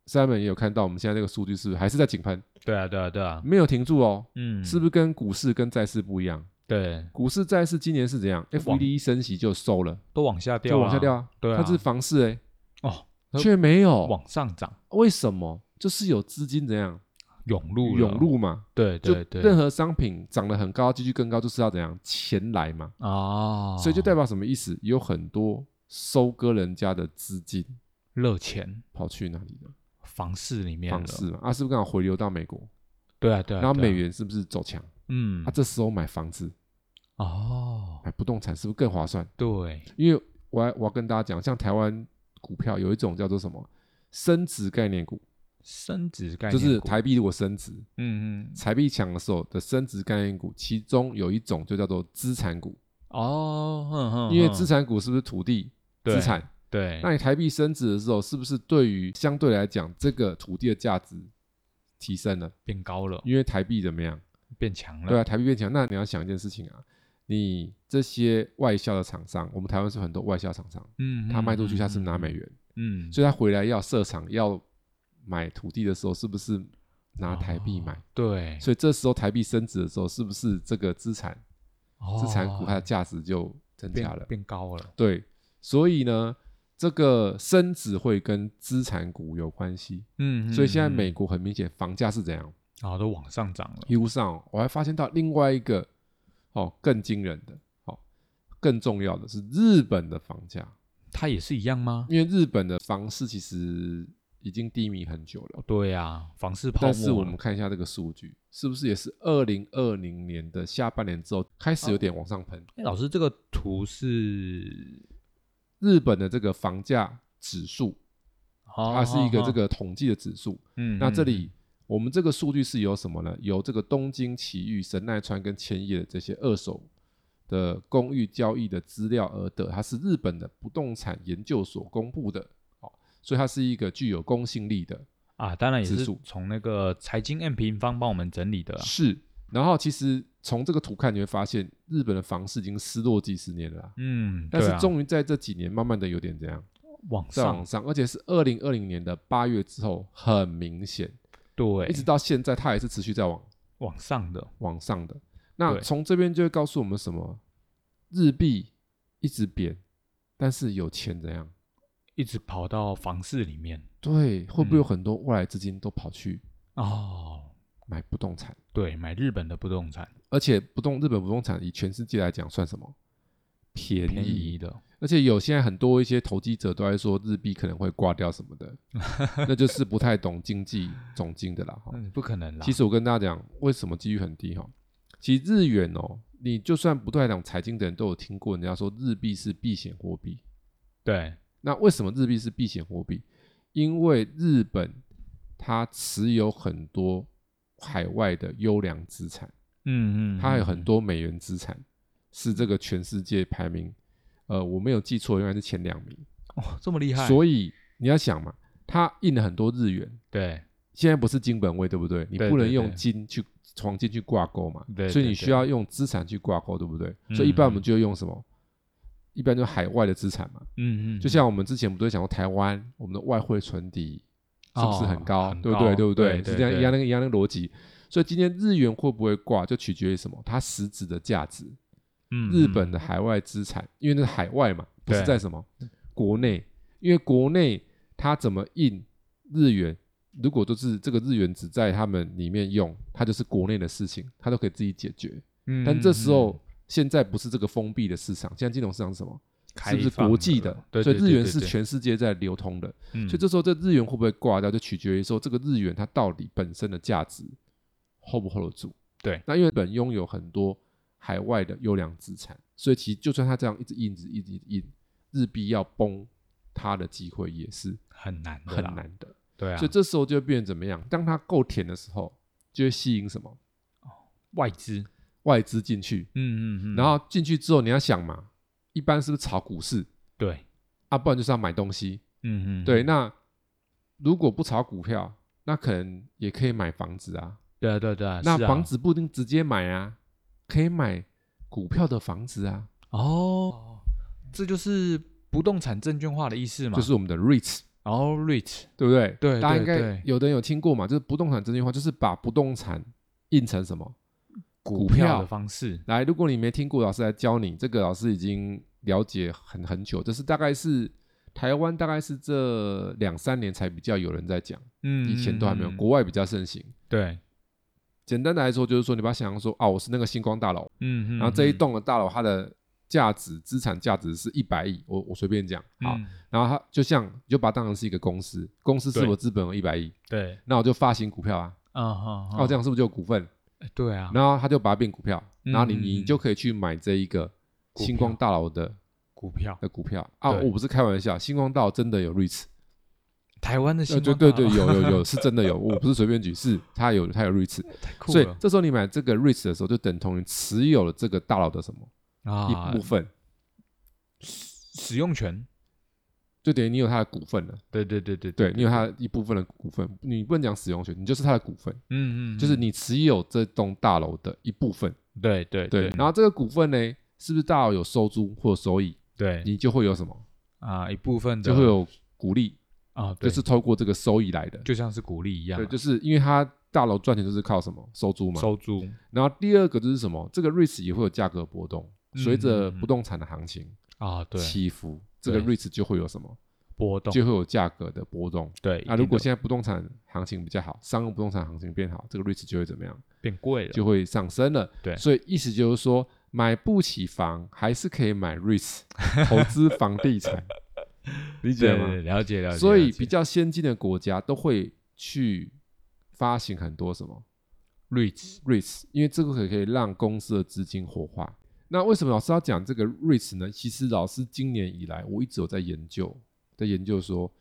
A: 三本也有看到，我们现在这个数据是不是还是在井喷，
B: 对啊，对啊，对啊，
A: 没有停住哦？
B: 嗯，
A: 是不是跟股市跟债市不一样？
B: 对，
A: 股市、债市今年是怎样
B: 往
A: ？FED 一 E 升息就收了，
B: 都往下掉、
A: 就
B: 啊，
A: 往下掉啊。
B: 对啊
A: 它是房市哎、
B: 哦，
A: 却没有，
B: 往上涨，
A: 为什么？就是有资金怎样
B: 涌入，
A: 涌，入嘛，
B: 对
A: 就
B: 对对，
A: 任何商品涨得很高，继续更高，就是要怎样钱来嘛，
B: 啊，
A: 所以就代表什么意思？有很多收割人家的资金
B: 热钱
A: 跑去哪里了？
B: 房市里面
A: 房
B: 了
A: 市嘛，啊，是不是刚好回流到美国？
B: 对啊对啊，
A: 然后
B: 对啊
A: 美，元是不是走强？
B: 嗯
A: 啊，，这时候买房子、
B: 哦，
A: 买不动产是不是更划算？
B: 对，
A: 因为我要我要跟大家讲，像台湾股票有一种叫做什么升值概念股，
B: 升值概念
A: 就
B: 股，
A: 是台币如果升值，
B: 嗯嗯，
A: 财币强的时候的升值概念股，其中有一种就叫做资产股，
B: 哦，哼哼，
A: 因为
B: 哼
A: 资产股是不是土地
B: 对
A: 资产？
B: 对，
A: 那你台币升值的时候，是不是对于相对来讲这个土地的价值提升了？
B: 变高了，
A: 因为台币怎么样？
B: 变强了，
A: 对啊，台币变强。那你要想一件事情啊，你这些外销的厂商，我们台湾是很多外销厂商，
B: 嗯，嗯，
A: 他卖出去
B: 嗯
A: 他是拿美，元，
B: 嗯，嗯
A: 所以他回来要设厂要买土地的时候，是不是拿台币买？
B: 哦对，
A: 所以这时候台币升值的时候，是不是这个资产资产股它
B: 哦
A: 的价值就增加
B: 变
A: 了。
B: 变高了，
A: 对，所以呢，这个升值会跟资产股有关系。
B: 嗯，
A: 所以现在
B: 嗯
A: 美国很明显房价是怎样
B: 然后都往上涨了，
A: 一路上哦、我还发现到另外一个哦更惊人的哦更重要的是日本的房价，
B: 它也是一样吗？
A: 因为日本的房市其实已经低迷很久了。
B: 对啊，房市泡沫
A: 但
B: 了，
A: 是我们看一下这个数据，是不是也是二零二零年的下半年之后开始有点往上喷？
B: 哎，老师这个图是，
A: 日本的这个房价指数，它
B: 它
A: 是一个这，个统计的指数。
B: 哦嗯，
A: 那
B: 嗯
A: 这里我们这个数据是由什么呢？由这个东京、埼玉、神奈川跟千叶的这些二手的公寓交易的资料而得，它是日本的不动产研究所公布的，哦，所以它是一个具有公信力的。
B: 啊，当然也
A: 指
B: 是
A: 数
B: 从那个财经 M 平方帮我们整理的啊，
A: 是，然后其实从这个图看，你会发现日本的房市已经失落几十年了啦。
B: 嗯，
A: 但
B: 对
A: 是
B: 啊
A: 终于在这几年慢慢的有点怎样，
B: 往
A: 在往
B: 上，
A: 上，而且是二零二零年的八月之后，很明显，
B: 对，
A: 一直到现在它也是持续在往
B: 往上的，
A: 往上的。那
B: 对
A: 从这边就会告诉我们什么？日币一直贬，但是有钱怎样？
B: 一直跑到房市里面
A: 对，会不会有
B: 嗯
A: 很多外来资金都跑去
B: 哦，
A: 买不动产？
B: 对，买日本的不动产
A: 而且不动日本不动产以全世界来讲算什么？便宜，
B: 便宜的，
A: 而且有现在很多一些投机者都在说日币可能会挂掉什么的， 那就是不太懂经济总经的啦。哈
B: 嗯，不可能啦，
A: 其实我跟大家讲，为什么几率很低哈？其实日元哦，你就算不太懂财经的人都有听过，人家说日币是避险货币。
B: 对，
A: 那为什么日币是避险货币？因为日本它持有很多海外的优良资产，
B: 嗯嗯，
A: 它有
B: 嗯
A: 很多美元资产，是这个全世界排名，呃，我没有记错，应该是前两名。
B: 哦，这么厉害，
A: 所以你要想嘛，它印了很多日元，
B: 对，
A: 现在不是金本位，对不对？你
B: 对
A: 不能
B: 对
A: 用
B: 对
A: 金去黄金去挂钩嘛，
B: 对
A: 所以
B: 对对
A: 你需要用资产去挂钩，对不对？
B: 嗯
A: 所以一般我们就用什么？一般就海外的资产嘛。
B: 嗯嗯，
A: 就像我们之前不都讲过台湾，我们的外汇存底是不是
B: 哦
A: 很高，
B: 很
A: 对不
B: 高
A: 对？对不
B: 对对
A: 是这样
B: 对
A: 一样那个一样那个逻辑。所以今天日元会不会挂，就取决于什么？它实质的价值，
B: 嗯
A: 日本的海外资产，因为那是海外嘛，不是
B: 对
A: 在什么国内，因为国内它怎么印日元，如果都是这个日元只在他们里面用，它就是国内的事情，它都可以自己解决。
B: 嗯，嗯
A: 但这时候现在不是这个封闭的市场，现在金融市场是什么？
B: 开
A: 是不是
B: 放
A: 国际
B: 了
A: 的？
B: 对
A: 所以
B: 对
A: 日
B: 对
A: 元
B: 对
A: 是
B: 对
A: 全世界在流通的。
B: 嗯
A: 所以这时候这日元会不会挂掉，就取决于说这个日元它到底本身的价值 hold 不 hold 得住。
B: 对
A: 那因为日本拥有很多海外的优良资产，所以其实就算它这样一直印、一直印、一直印，日币要崩塌的机会也是
B: 很难的
A: 很
B: 啦，
A: 难的。
B: 对啊，
A: 所以这时候就会变成怎么样？当它够甜的时候，就会吸引什么
B: 外资，
A: 外资进去，
B: 嗯嗯嗯，
A: 然后进去之后你要想嘛，一般是不是炒股市
B: 对，
A: 啊？不然就是要买东西。
B: 嗯嗯，
A: 对，那如果不炒股票，那可能也可以买房子啊。
B: 对啊对啊对啊，
A: 那
B: 是啊
A: 房子不一定直接买啊，可以买股票的房子啊，
B: 哦，这就是不动产证券化的意思嘛，
A: 就是我们的 REITs，
B: 然后 REIT，
A: 对不对？
B: 对
A: 大
B: 对
A: 家应该
B: 对
A: 有的人有听过嘛，就是不动产这句话，就是把不动产印成什么股
B: 票的方式，
A: 来，如果你没听过，老师来教你。这个老师已经了解很很久，这是大概是台湾大概是这两三年才比较有人在讲，
B: 嗯，
A: 以前都还没有，
B: 嗯嗯嗯
A: 国外比较盛行。
B: 对，
A: 简单的来说，就是说你把它想象说啊，我是那个星光大楼，
B: 嗯嗯，
A: 然后这一
B: 嗯
A: 栋的大楼它的价值资产价值是一百亿，我我随便讲好，，
B: 嗯
A: 然后它就像你就把它当成是一个公司，公司是
B: 对
A: 我资本有一百亿，
B: 对，
A: 那我就发行股票啊，
B: 啊哈，
A: 哦那我这样是不是就有股份？
B: 样，对啊，
A: 然后他就把它变股票，
B: 嗯
A: 然后你
B: 嗯
A: 你
B: 嗯
A: 就可以去买这一个
B: 股票
A: 星光大楼的
B: 股票，
A: 的股票啊，
B: 对
A: 我不是开玩笑，星光大楼真的有 REITs，
B: 台湾的星
A: 呃对
B: 光
A: 对
B: 大
A: 对，
B: 楼，
A: 有有有是真的有，我不是随便举，是它有它有 REITs，
B: 太酷啊
A: 所以
B: 了
A: 这时候你买这个 REITs 的时候，就等同于持有了这个大楼的什么
B: 啊
A: 一部，分，
B: 使用权，
A: 就等于你有它的股份了，
B: 对对对对
A: 对你有它的一部分的股份，你不能讲使用权，你就是它的股份，
B: 嗯嗯，
A: 就是
B: 嗯
A: 你持有这栋大楼的一部分，
B: 对对
A: 对，然后这个股份呢，是不是大楼有收租或收益，
B: 对
A: 你就会有什么？
B: 啊，一部分的
A: 就会有鼓励，
B: 啊，
A: 就
B: 对
A: 是透过这个收益来的。
B: 就像是鼓励一样
A: 对，
B: 嘛，
A: 就是因为它大楼赚钱就是靠啊什么收租嘛。
B: 收租
A: 然后第二个就是什么，这个 REITs 也会有价格波动，
B: 嗯
A: 随着
B: 嗯嗯
A: 不动产的行情
B: 啊，对，
A: 起伏，这个
B: 对
A: REITs 就会有什么，
B: 波动，
A: 就会有价格的波动。
B: 对，
A: 那
B: 一定
A: 如果
B: 的
A: 现在不动产行情比较好，商用不动产行情变好，这个 REITs 就会怎么样？
B: 变贵了，
A: 就会上升了。
B: 对
A: 所以意思就是说，买不起房还是可以 买 REITs 投资房地产，理解
B: 对
A: 吗？
B: 对了解了解，
A: 所以
B: 了解
A: 比较先进的国家都会去发行很多什么
B: REITs
A: REITs，因为这个可以让公司的资金活化。那为什么老师要讲这个 REITs 呢？其实老师今年以来我一直有在研究，在研究说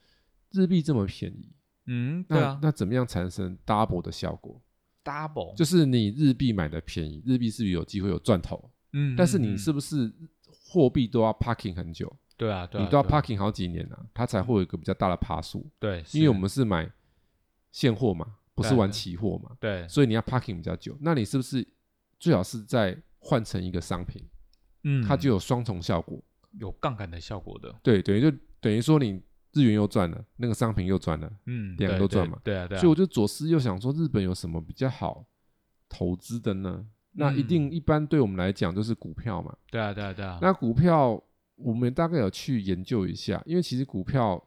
A: 日币这么便宜，
B: 嗯，
A: 那
B: 对啊
A: 那怎么样产生 double 的效果？
B: ，double
A: 就是你日币买的便宜，日币是不是有机会有赚头？
B: 嗯，
A: 但是
B: 嗯
A: 你
B: 嗯
A: 是不是货币都要 parking 很久，
B: 对啊，对啊，
A: 你都要
B: 对啊
A: parking 好几年啊，它才会有一个比较大的爬速。
B: 对，
A: 因为
B: 是
A: 我们是买现货嘛，不是
B: 对
A: 玩
B: 对
A: 期货嘛，
B: 对，
A: 所以你要 parking 比较久。那你是不是最好是再换成一个商品，
B: 嗯，
A: 它就有双重效果？
B: 有杠杆的效果的，
A: 对，等于就等于说你日元又赚了，那个商品又赚了。
B: 嗯，
A: 两个
B: 对
A: 都
B: 对
A: 赚嘛
B: 对啊，对啊，
A: 所以我就左思右想说，日本有什么比较好投资的呢？那一定一般对我们来讲就是股票嘛。
B: 对啊，对啊，对嗯啊，
A: 那股票我们大概有去研究一下，因为其实股票，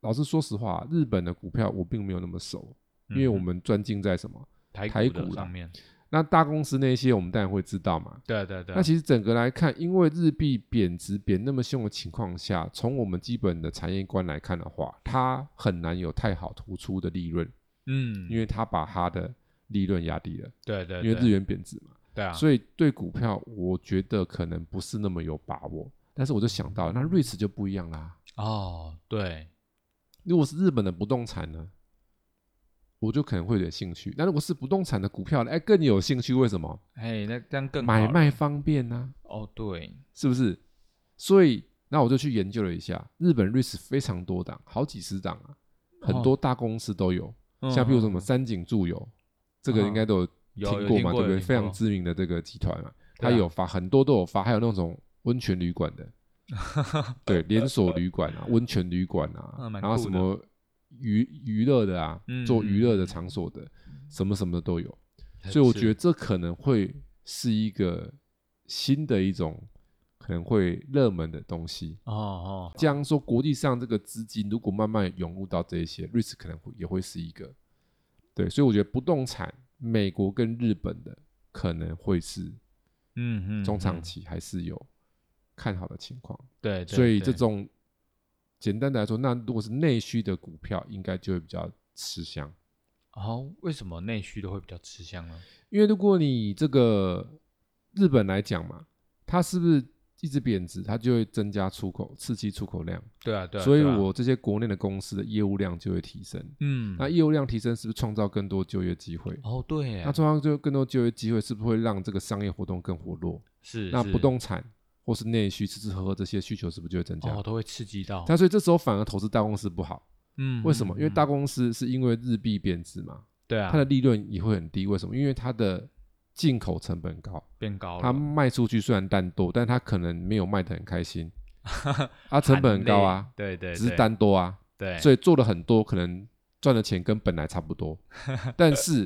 A: 老实说实话，日本的股票我并没有那么熟，因为
B: 嗯
A: 我们专精在什么？
B: 台
A: 台
B: 股的
A: 股啦
B: 上面，
A: 那大公司那些我们当然会知道嘛。
B: 对啊，对啊，对啊，
A: 那其实整个来看，因为日币贬值贬那么凶的情况下，从我们基本的产业观来看的话，它很难有太好突出的利润，
B: 嗯，
A: 因为它把它的利润压低了，
B: 对对，
A: 因为
B: 对
A: 日元贬值嘛。
B: 对啊，以
A: 所以对股票，我觉得可能不是那么有把握。但是我就想到了，那瑞士就不一样啦。
B: 哦，对，
A: 如果是日本的不动产呢，我就可能会有点兴趣。那如果是不动产的股票呢，哎，更有兴趣。为什么？
B: 哎，那这样更
A: 买
B: 好了
A: 卖方便呢、
B: 哦，对，
A: 是不是？所以那我就去研究了一下，日本 REITs 非常多档，好几十档啊，很
B: 哦
A: 多大公司都有，像譬如什么
B: 嗯
A: 三井住友，这个应该都有
B: 有有
A: 过
B: 听
A: 嘛，
B: 过
A: 对不对？
B: 有听
A: 非常
B: 过
A: 知名的这个集团嘛，
B: 对啊
A: 它有发很多都有发，还有那种温泉旅馆的，对，连锁旅馆啊，温泉旅馆啊，
B: 嗯蛮
A: 然后
B: 酷
A: 什
B: 的
A: 么娱娱乐的啊，
B: 嗯
A: 做娱乐
B: 嗯
A: 的场所的，什么什么的都有。所以我觉得这可能会是一个新的一种可能会热门的东西。
B: 哦哦，
A: 这样说，国际上这个资金如果慢慢涌入到这一些，risk 可能会也会是一个对，所以我觉得不动产，美国跟日本的可能会是
B: 嗯嗯，
A: 中长
B: 嗯
A: 期还是有看好的情况。
B: 对，对
A: 所以这
B: 对
A: 种简单的来说，那如果是内需的股票，应该就会比较吃香。
B: 哦，为什么内需的会比较吃香呢？
A: 因为如果你这个日本来讲嘛，它是不是一直贬值，它就会增加出口，刺激出口量，
B: 对啊，对啊，
A: 所以
B: 对啊
A: 我这些国内的公司的业务量就会提升。
B: 嗯，
A: 那业务量提升是不是创造更多就业机会？
B: 哦对耶，
A: 那创造就更多就业机会，是不是会让这个商业活动更活络？
B: 是
A: 那
B: 是
A: 不动产或是内需吃吃喝喝这些需求是不是就会增加？
B: 哦都会刺激到，
A: 那所以这时候反而投资大公司不好，
B: 嗯，
A: 为什么？
B: 嗯
A: 因为大
B: 嗯
A: 公司是因为日币贬值嘛，
B: 对啊，
A: 它的利润也会很低。为什么？因为它的进口成本高，
B: 变高
A: 它
B: 了，
A: 卖出去虽然单多，但它可能没有卖得很 开心，啊，成本
B: 含
A: 很高
B: 泪
A: 啊，，
B: 对对，
A: 只是
B: 对
A: 单多啊，
B: 对，
A: 所以做了很多，可能赚的钱跟本来差 不多，但是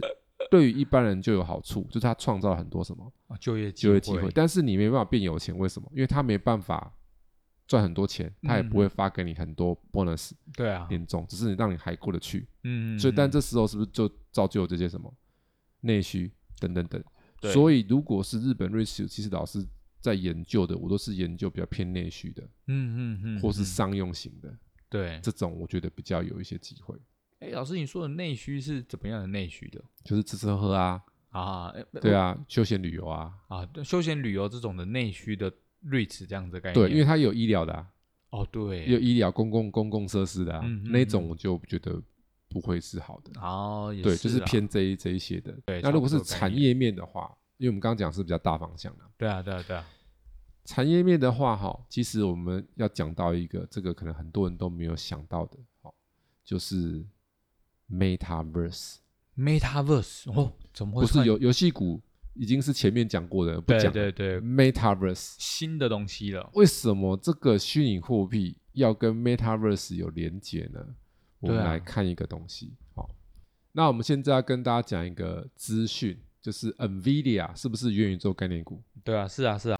A: 对于一般人就有好处，就是他创造了很多什么
B: 哦就业
A: 就业机会，，但是你没办法变有钱，为什么？因为他没办法赚很多钱，他也不会发给你很多 bonus
B: 对嗯啊，
A: 年终，只是让你还过得去。
B: 嗯，
A: 所以，但
B: 嗯
A: 这时候是不是就造就这些什么内需等等等？
B: 对
A: 所以，如果是日本瑞士，其实老师在研究的，我都是研究比较偏内需的，
B: 嗯嗯嗯，
A: 或是
B: 嗯
A: 商用型的、
B: 对，
A: 这种，我觉得比较有一些机会，
B: 哎，老师你说的内需是怎么样的内需的
A: 就是吃吃喝喝啊，
B: 啊？诶
A: 对啊，休闲旅游啊，
B: 啊，对休闲旅游这种的内需的 REITs 这样子的概念，
A: 对，因为它有医疗的、啊，
B: 哦
A: 也
B: 对，
A: 有医疗公共公共设施的、啊，
B: 嗯嗯
A: 那一种我就觉得不会是好的，
B: 哦也
A: 对，就是
B: 啊
A: 偏这一这一些的。
B: 对
A: 那如果
B: 差
A: 是
B: 不多概
A: 产业面的话，因为我们刚刚讲是比较大方向的、
B: 对啊对啊对啊，
A: 产业面的话，哈，其实我们要讲到一个，这个可能很多人都没有想到的，哦，就是 MetaVerse，
B: Metaverse 哦，怎么会
A: 不是
B: 算
A: 游游戏股已经是前面讲过的，不
B: 对
A: 讲
B: 对对
A: MetaVerse，
B: 新的东西了？
A: 为什么这个虚拟货币要跟 MetaVerse 有连接呢？我们
B: 对啊
A: 来看一个东西，好，那我们现在要跟大家讲一个资讯，就是 NVIDIA 是不是元宇宙概念股？
B: 对啊是啊是啊，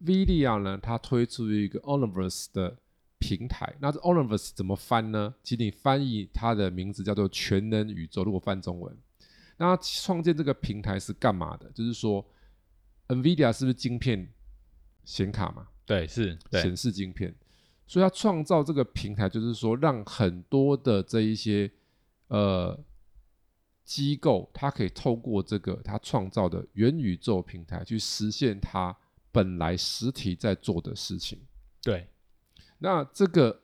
A: NVIDIA 呢，它推出一个 Omniverse 的平台。那这 Omniverse 怎么翻呢？请你翻译它的名字叫做全能宇宙。如果翻中文，那创建这个平台是干嘛的？就是说，NVIDIA 是不是晶片显卡嘛？
B: 对是，对
A: 显示晶片，所以它创造这个平台，就是说让很多的这一些呃机构，它可以透过这个它创造的元宇宙平台去实现它本来实体在做的事情。
B: 对，
A: 那这个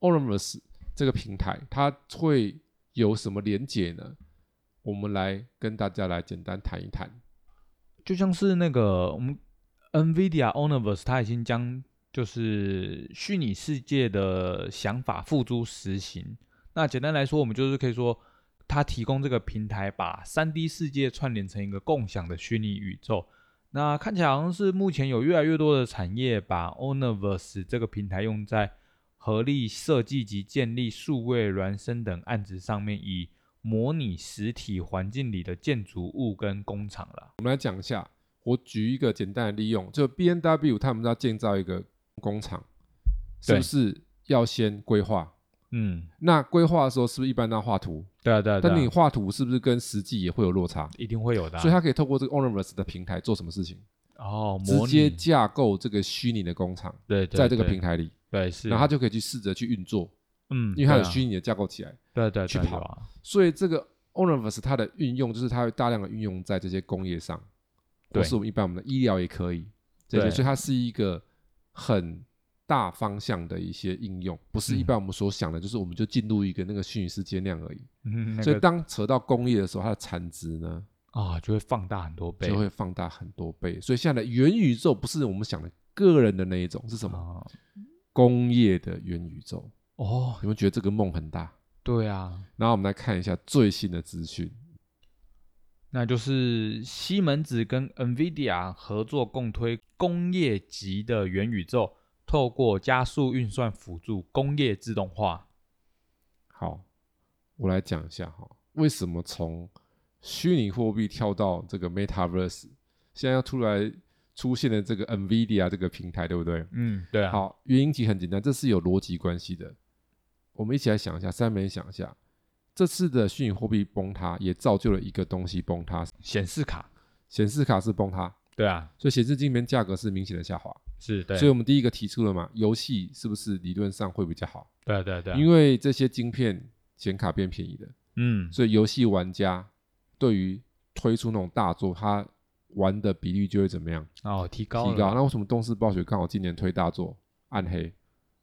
A: Omniverse 这个平台，它会有什么连接呢？我们来跟大家来简单谈一谈。
B: 就像是那个我们 NVIDIA Omniverse，它已经将就是虚拟世界的想法付诸实行。那简单来说，我们就是可以说，它提供这个平台，把三 D 世界串联成一个共享的虚拟宇宙。那看起来好像是目前有越来越多的产业把 Omniverse 这个平台用在合力设计及建立数位孪生等案子上面，以模拟实体环境里的建筑物跟工厂了。
A: 我举一个简单的利用，就 B N W 他们要建造一个工厂，是
B: 对
A: 不是要先规划？
B: 嗯，
A: 那规划的时候是不是一般都要画图？
B: 对啊，对啊，对啊
A: 但你画图是不是跟实际也会有落差？
B: 一定会有的啊、
A: 所以它可以透过这个 Omniverse 的平台做什么事情？
B: 哦，
A: 直
B: 模拟
A: 接架构这个虚拟的工厂，
B: 对对
A: 在这个
B: 对
A: 平台里，
B: 对是，
A: 然后它就可以去试着去运作，
B: 嗯，
A: 因为它有
B: 对啊
A: 虚拟的架构起来。
B: 对对
A: 去
B: 对
A: 跑
B: 有 啊
A: 所以这个 Omniverse 它的运用就是它会大量的运用在这些工业上，
B: 对
A: 或是我们一般我们的医疗也可以，这些，
B: 对
A: 所以它是一个很大方向的一些应用，不是一
B: 嗯
A: 般我们所想的，就是我们就进入一个那个虚拟世界那样而已。
B: 嗯，那
A: 所以
B: 个
A: 当扯到工业的时候，它的产值呢
B: 啊就会放大很多倍，
A: 就会放大很多倍。所以现在的元宇宙不是我们想的个人的那一种，是什么？
B: 啊
A: 工业的元宇宙。
B: 哦，
A: 你们觉得这个梦很大？
B: 对啊，
A: 然后我们来看一下最新的资讯。
B: 那就是西门子跟 NVIDIA 合作共推工业级的元宇宙，透过加速运算辅助工业自动化。
A: 好，我来讲一下哈，为什么从虚拟货币跳到这个 Metaverse，现在要突然出现的这个 NVIDIA 这个平台，对不对？
B: 嗯，对啊，
A: 好，原因其实很简单，这是有逻辑关系的。我们一起来想一下，三美想一下，这次的虚拟货币崩塌，也造就了一个东西崩塌，
B: 显示卡，
A: 显示卡是崩塌，
B: 对啊，
A: 所以显示晶片价格是明显的下滑。
B: 是对，
A: 所以我们第一个提出了嘛，游戏是不是理论上会比较好？
B: 对啊对啊对啊，
A: 因为这些晶片显卡变便宜了，
B: 嗯，
A: 所以游戏玩家对于推出那种大作，他玩的比率就会怎么样？
B: 哦，提高
A: 提
B: 了，
A: 高。那为什么动视暴雪刚好今年推大作《暗黑》，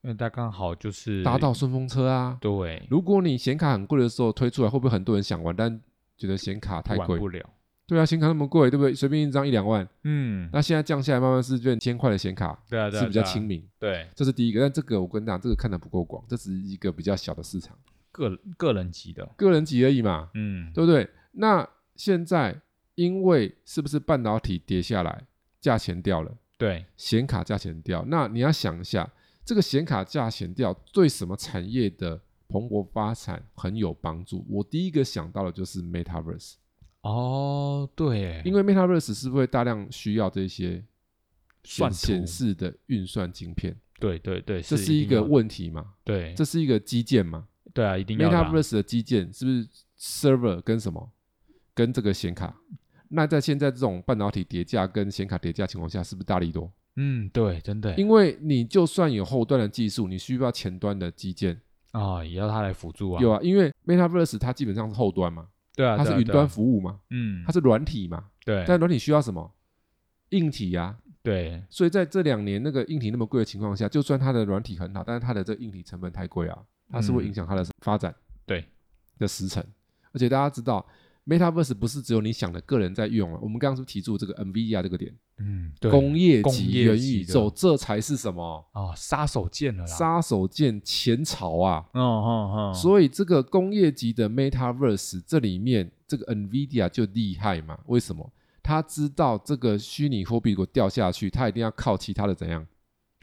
B: 因为它刚好就是
A: 打倒顺风车啊？
B: 对，
A: 如果你显卡很贵的时候推出来，会不会很多人想玩，但觉得显卡太
B: 玩
A: 贵
B: 不？了，
A: 对啊，显卡那么贵，对不对？随便一张一两万，
B: 嗯，
A: 那现在降下来，慢慢是变千块的显卡，
B: 对啊对啊，
A: 是比较
B: 对啊
A: 亲，民。
B: 对，
A: 这是第一个，但这个我跟你讲，这个看的不够广，这只是一个比较小的市场，
B: 个个人级的，
A: 个人级而已嘛，
B: 嗯，
A: 对不对？那现在因为是不是半导体跌下来，价钱掉了，
B: 对，
A: 显卡价钱掉，那你要想一下，这个显卡价钱掉对什么产业的蓬勃发展很有帮助？我第一个想到的就是 Metaverse，
B: 哦，对，
A: 因为 Metaverse 是不是会大量需要这些
B: 算
A: 显
B: 图
A: 显示的运算晶片？
B: 对对对，
A: 这是一
B: 定
A: 个
B: 要的，哎
A: 问题嘛？
B: 对，
A: 这是一个基建嘛？
B: 对啊，一定要的啊
A: Metaverse 的基建是不是 server 跟什么跟这个显卡？那在现在这种半导体叠加跟显卡叠加情况下，是不是大力多？
B: 嗯，对，真的耶，
A: 因为你就算有后端的技术，你需要前端的基建，
B: 啊，也要它来辅助啊，
A: 有啊，因为 Metaverse 它基本上是后端嘛，
B: 对啊，
A: 它
B: 对
A: 是
B: 啊
A: 云
B: 对啊
A: 端服务嘛，
B: 嗯
A: 它，是软体嘛，
B: 对，
A: 但软体需要什么？硬体呀、啊，
B: 对，
A: 所以在这两年那个硬体那么贵的情况下，就算它的软体很好，但是它的这个硬体成本太贵啊，它是会
B: 嗯
A: 影响它的发展。
B: 对，
A: 的时辰。而且大家知道，Metaverse 不是只有你想的个人在用啊。我们刚刚是不是提出这个 NVIDIA 这个点，
B: 嗯，对，
A: 工业
B: 工
A: 级
B: 业
A: 元
B: 级
A: 宇
B: 的
A: 宙，这才是什么
B: 啊，杀手锏了啦，
A: 杀手锏前朝啊！
B: 嗯，嗯嗯嗯，
A: 所以这个工业级的 Metaverse 这里面，这个 NVIDIA 就厉害嘛？为什么？他知道这个虚拟货币如果掉下去，他一定要靠其他的怎样？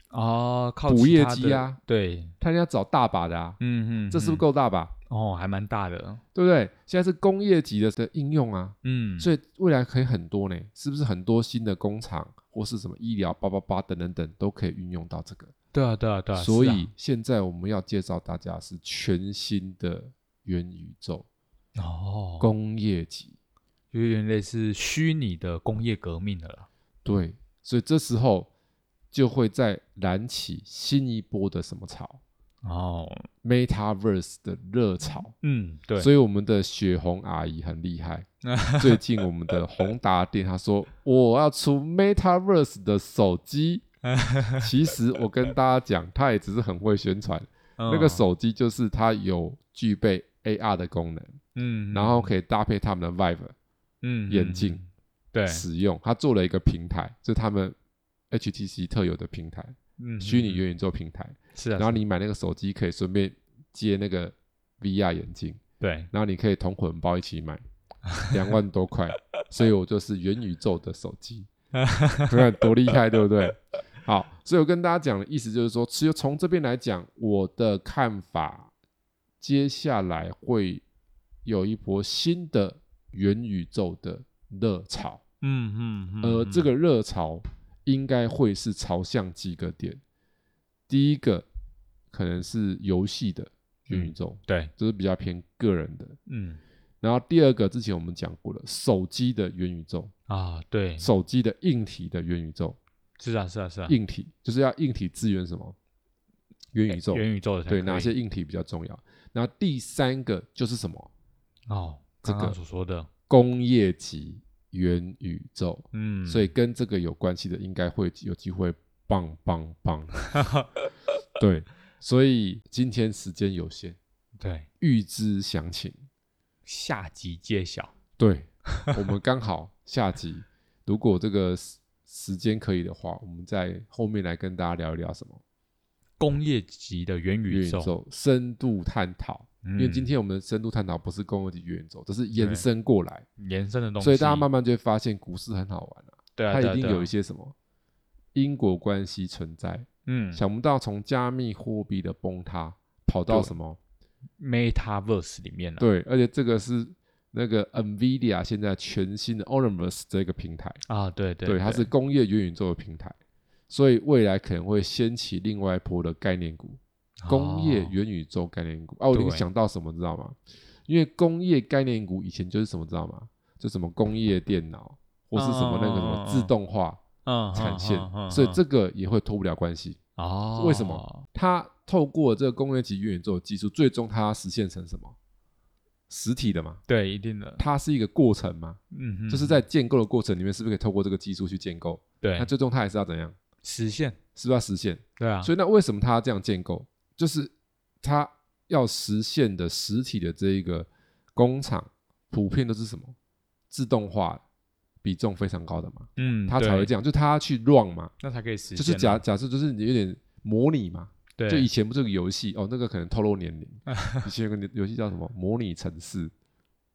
B: 啊，靠
A: 补
B: 其
A: 业
B: 他
A: 绩
B: 的
A: 啊，
B: 对，
A: 他一定要找大把的啊！
B: 嗯嗯，
A: 这是不
B: 嗯
A: 是够大把？
B: 哦，还蛮大的，
A: 对不对？现在是工业级的的应用啊，
B: 嗯，
A: 所以未来可以很多呢，是不是很多新的工厂或是什么医疗八八八等等等都可以运用到这个？
B: 对啊，对啊，对啊，
A: 所
B: 是啊
A: 以现在我们要介绍大家是全新的元宇宙
B: 哦，
A: 工业级，
B: 就有点类似虚拟的工业革命的啦。
A: 对，所以这时候就会再燃起新一波的什么潮
B: 哦，
A: ，MetaVerse 的热潮。
B: 嗯，对，
A: 所以我们的雪红阿姨很厉 害。最近我们的宏达店，她说我要出 MetaVerse 的手 机。其实我跟大家讲，她也只是很会宣传。
B: 嗯
A: 那个，手机就是它有具备 AR 的功能，
B: 嗯，
A: 然后可以搭配他们的 Vive
B: 嗯
A: 眼镜，
B: 嗯对，
A: 使用。它做了一个平台，就是他们 HTC 特有的平台，
B: 嗯
A: 虚拟
B: 嗯
A: 元宇宙平台。
B: 是啊，
A: 然后
B: 是
A: 你买那个手机，可以顺便接那个 VR 眼镜。
B: 对，
A: 然后你可以同捆包一 起买，两万多块，所以我就是元宇宙的手 机，你看多厉害，对不对？好，所以我跟大家讲的意思就是说，其实从这边来讲，我的看法，接下来会有一波新的元宇宙的热潮，
B: 嗯嗯嗯，
A: 呃，
B: 嗯
A: 这个热潮应该会是朝向几个点，第一个可能是游戏的元
B: 嗯
A: 宇宙，
B: 对，
A: 就是比较偏个人的，
B: 嗯
A: 然后第二个，之前我们讲过了，手机的元宇宙，
B: 啊，对，
A: 手机的硬体的元宇宙，
B: 是啊，是啊，是啊，
A: 硬体就是要硬体资源什么元宇宙，
B: 哎元宇宙的才
A: 对
B: 可
A: 哪
B: 以
A: 些硬体比较重要？然后第三个就是什么
B: 哦，
A: 这
B: 刚刚
A: 个
B: 所说的，
A: 工业级元宇宙，
B: 嗯，
A: 所以跟这个有关系的，应该会有机会棒棒棒。 对，所以今天时间有限，
B: 对
A: 预知详情。
B: 下集揭晓，
A: 对，我们刚好下集，如果这个时时间可以的话，我们在后面来跟大家聊一聊什么
B: 工业级的元
A: 元
B: 宇
A: 宇
B: 宙，嗯
A: 宙深度探讨。因
B: 因
A: 为今天我们的深度探讨不是公有级元宇宙，这是延伸过来，
B: 延伸的东西，
A: 所以大家慢慢就会发现股市很好玩啊，
B: 对啊，
A: 它
B: 对啊
A: 一定
B: 对啊
A: 有一些什么因果关系存在，
B: 嗯
A: 想不到从加密货币的崩塌跑到
B: 对
A: 什么
B: ，Metaverse 里面了、啊
A: 对，而且这个是那个 NVIDIA 现在全新的 Omniverse 这个平台，
B: 啊，对对
A: 它是工业元宇宙的平台，所以未来可能会掀起另外一波的概念股，工业
B: 哦
A: 元宇宙概念股。啊，我联
B: 对
A: 想到什么，知道吗？因为工业概念股以前就是什么，知道吗？就什么工业电脑，或是什么那个什么自动化
B: 哦嗯
A: 产线
B: 嗯嗯嗯，
A: 所以这个也会脱不了关系。
B: 哦，
A: 为什么？它透过这个工业级元宇宙的技术，最终它实现成什么？实体的嘛，
B: 对，一定的，
A: 它是一个过程嘛，
B: 嗯哼，
A: 就是在建构的过程里面，是不是可以透过这个技术去建构？
B: 对
A: 那最终它还是要怎样？
B: 实现，
A: 是不是要实现？
B: 对啊，
A: 所以那为什么它要这样建构？就是它要实现的实体的这一个工厂，普遍都是什么自动化比重非常高的嘛，
B: 嗯，
A: 它才会
B: 对
A: 这样，就它要去 run 嘛，
B: 那才可以实现
A: 就
B: 啊，
A: 是假假设就是你有点模拟嘛，
B: 对，
A: 就以前不是有个游戏哦，那个可能透露年 龄，以前有个游戏叫什么模拟城市，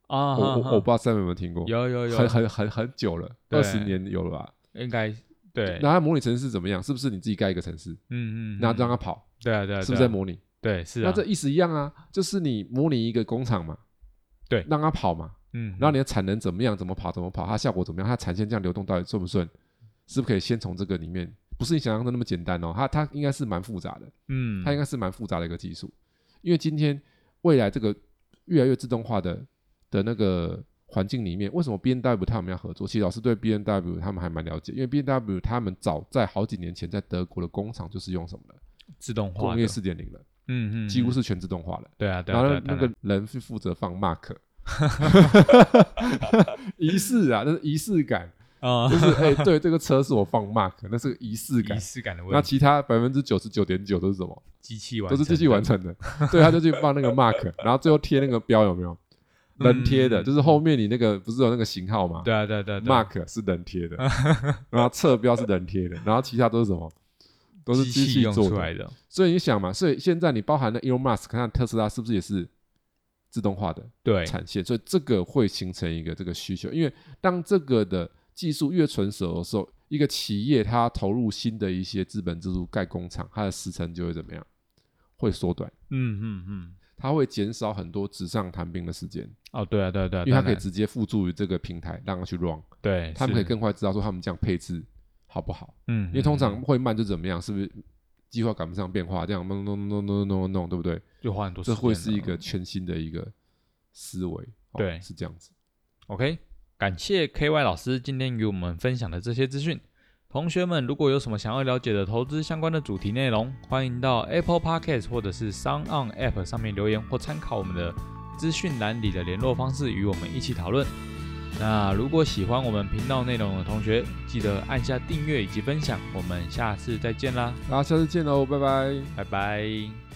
B: 啊，
A: 我我
B: 哈
A: 我不知道三位有没有听过，
B: 有有有，
A: 很很很很久了，
B: 对
A: 二十年有了吧？
B: 应该对，
A: 那它模拟城市怎么样？是不是你自己盖一个城市，
B: 嗯嗯，
A: 然后让
B: 嗯
A: 它跑，
B: 对啊对啊，
A: 是不
B: 对
A: 是在
B: 啊
A: 模拟？
B: 对是
A: 那
B: 啊，
A: 这意思一样啊，就是你模拟一个工厂嘛，
B: 对
A: 让它跑嘛，
B: 嗯，
A: 然后你的产能怎么样，怎么跑，怎么跑，它效果怎么样，它产线这样流动到底顺不顺，是不是可以先从这个里面，不是你想象的那么简单哦，它它应该是蛮复杂的，
B: 嗯，
A: 它应该是蛮复杂的一个技术，因为今天未来这个越来越自动化的的那个环境里面，为什么 B N W 他们要合作？其实老师对 B N W 他们还蛮了解，因为 B N W 他们早在好几年前在德国的工厂就是用什么了，
B: 自动化
A: 工
B: 的
A: 业，四点零了，
B: 嗯嗯，
A: 几乎
B: 嗯
A: 是全自动化了。
B: 对啊对
A: 然
B: 啊，
A: 后
B: 对啊
A: 那
B: 当然
A: 个人是负责 放 mark，仪式啊，那是仪式感，
B: 啊
A: 就是 哎、对，这个车是我放 mark，那是个仪式感
B: 仪。式感的
A: 那
B: 问题，
A: 其他百分之九十九点九都是什么？
B: 机器完
A: 都是自己
B: 的
A: 完，成的。对，他就去放那个 mark，然后最后贴那个标有没有？人贴的，
B: 嗯
A: 就是后面你那个不是有那个型号吗？
B: 对啊对啊对啊对啊
A: mark 是人 贴的，然后侧标是人贴的，然后其他都是什么？都是
B: 机
A: 机
B: 器用
A: 做
B: 出来。的，
A: 所以你想嘛，所以现在你包含了 Elon Musk 看特斯拉是不是也是自动化的
B: 对，
A: 产线？所以这个会形成一个这个需求，因为当这个的技术越成熟的时候，一个企业它投入新的一些资本支出盖工厂，它的时程就会怎么样？会缩短。
B: 嗯嗯嗯，
A: 它会减少很多纸上谈兵的时间，
B: 哦对啊对啊对啊，
A: 因为它
B: 当
A: 可以
B: 然
A: 直接付诸于这个平台，让它去 run，
B: 对，
A: 他们
B: 是
A: 可以更快知道说他们这样配置好不好。
B: 嗯，
A: 因为通常
B: 嗯嗯
A: 会慢就怎么样，是不是计划赶不上变化，这样弄弄弄弄弄弄弄，对不对？
B: 就花很多时
A: 这
B: 间了，啊
A: 会是一个全新的一个思维，哦
B: 对
A: 是这样子。
B: OK，感谢 KY 老师今天与我们分享的这些资讯。同学们，如果有什么想要了解的投资相关的主题内容，欢迎到 Apple Podcast 或者是 Sound On App 上面留言，或参考我们的资讯栏里的联络方式与我们一起讨论。那如果喜欢我们频道内容的同学，记得按下订阅以及分享。我们下次再见啦，
A: 大家下次见喽，拜拜。
B: 拜拜。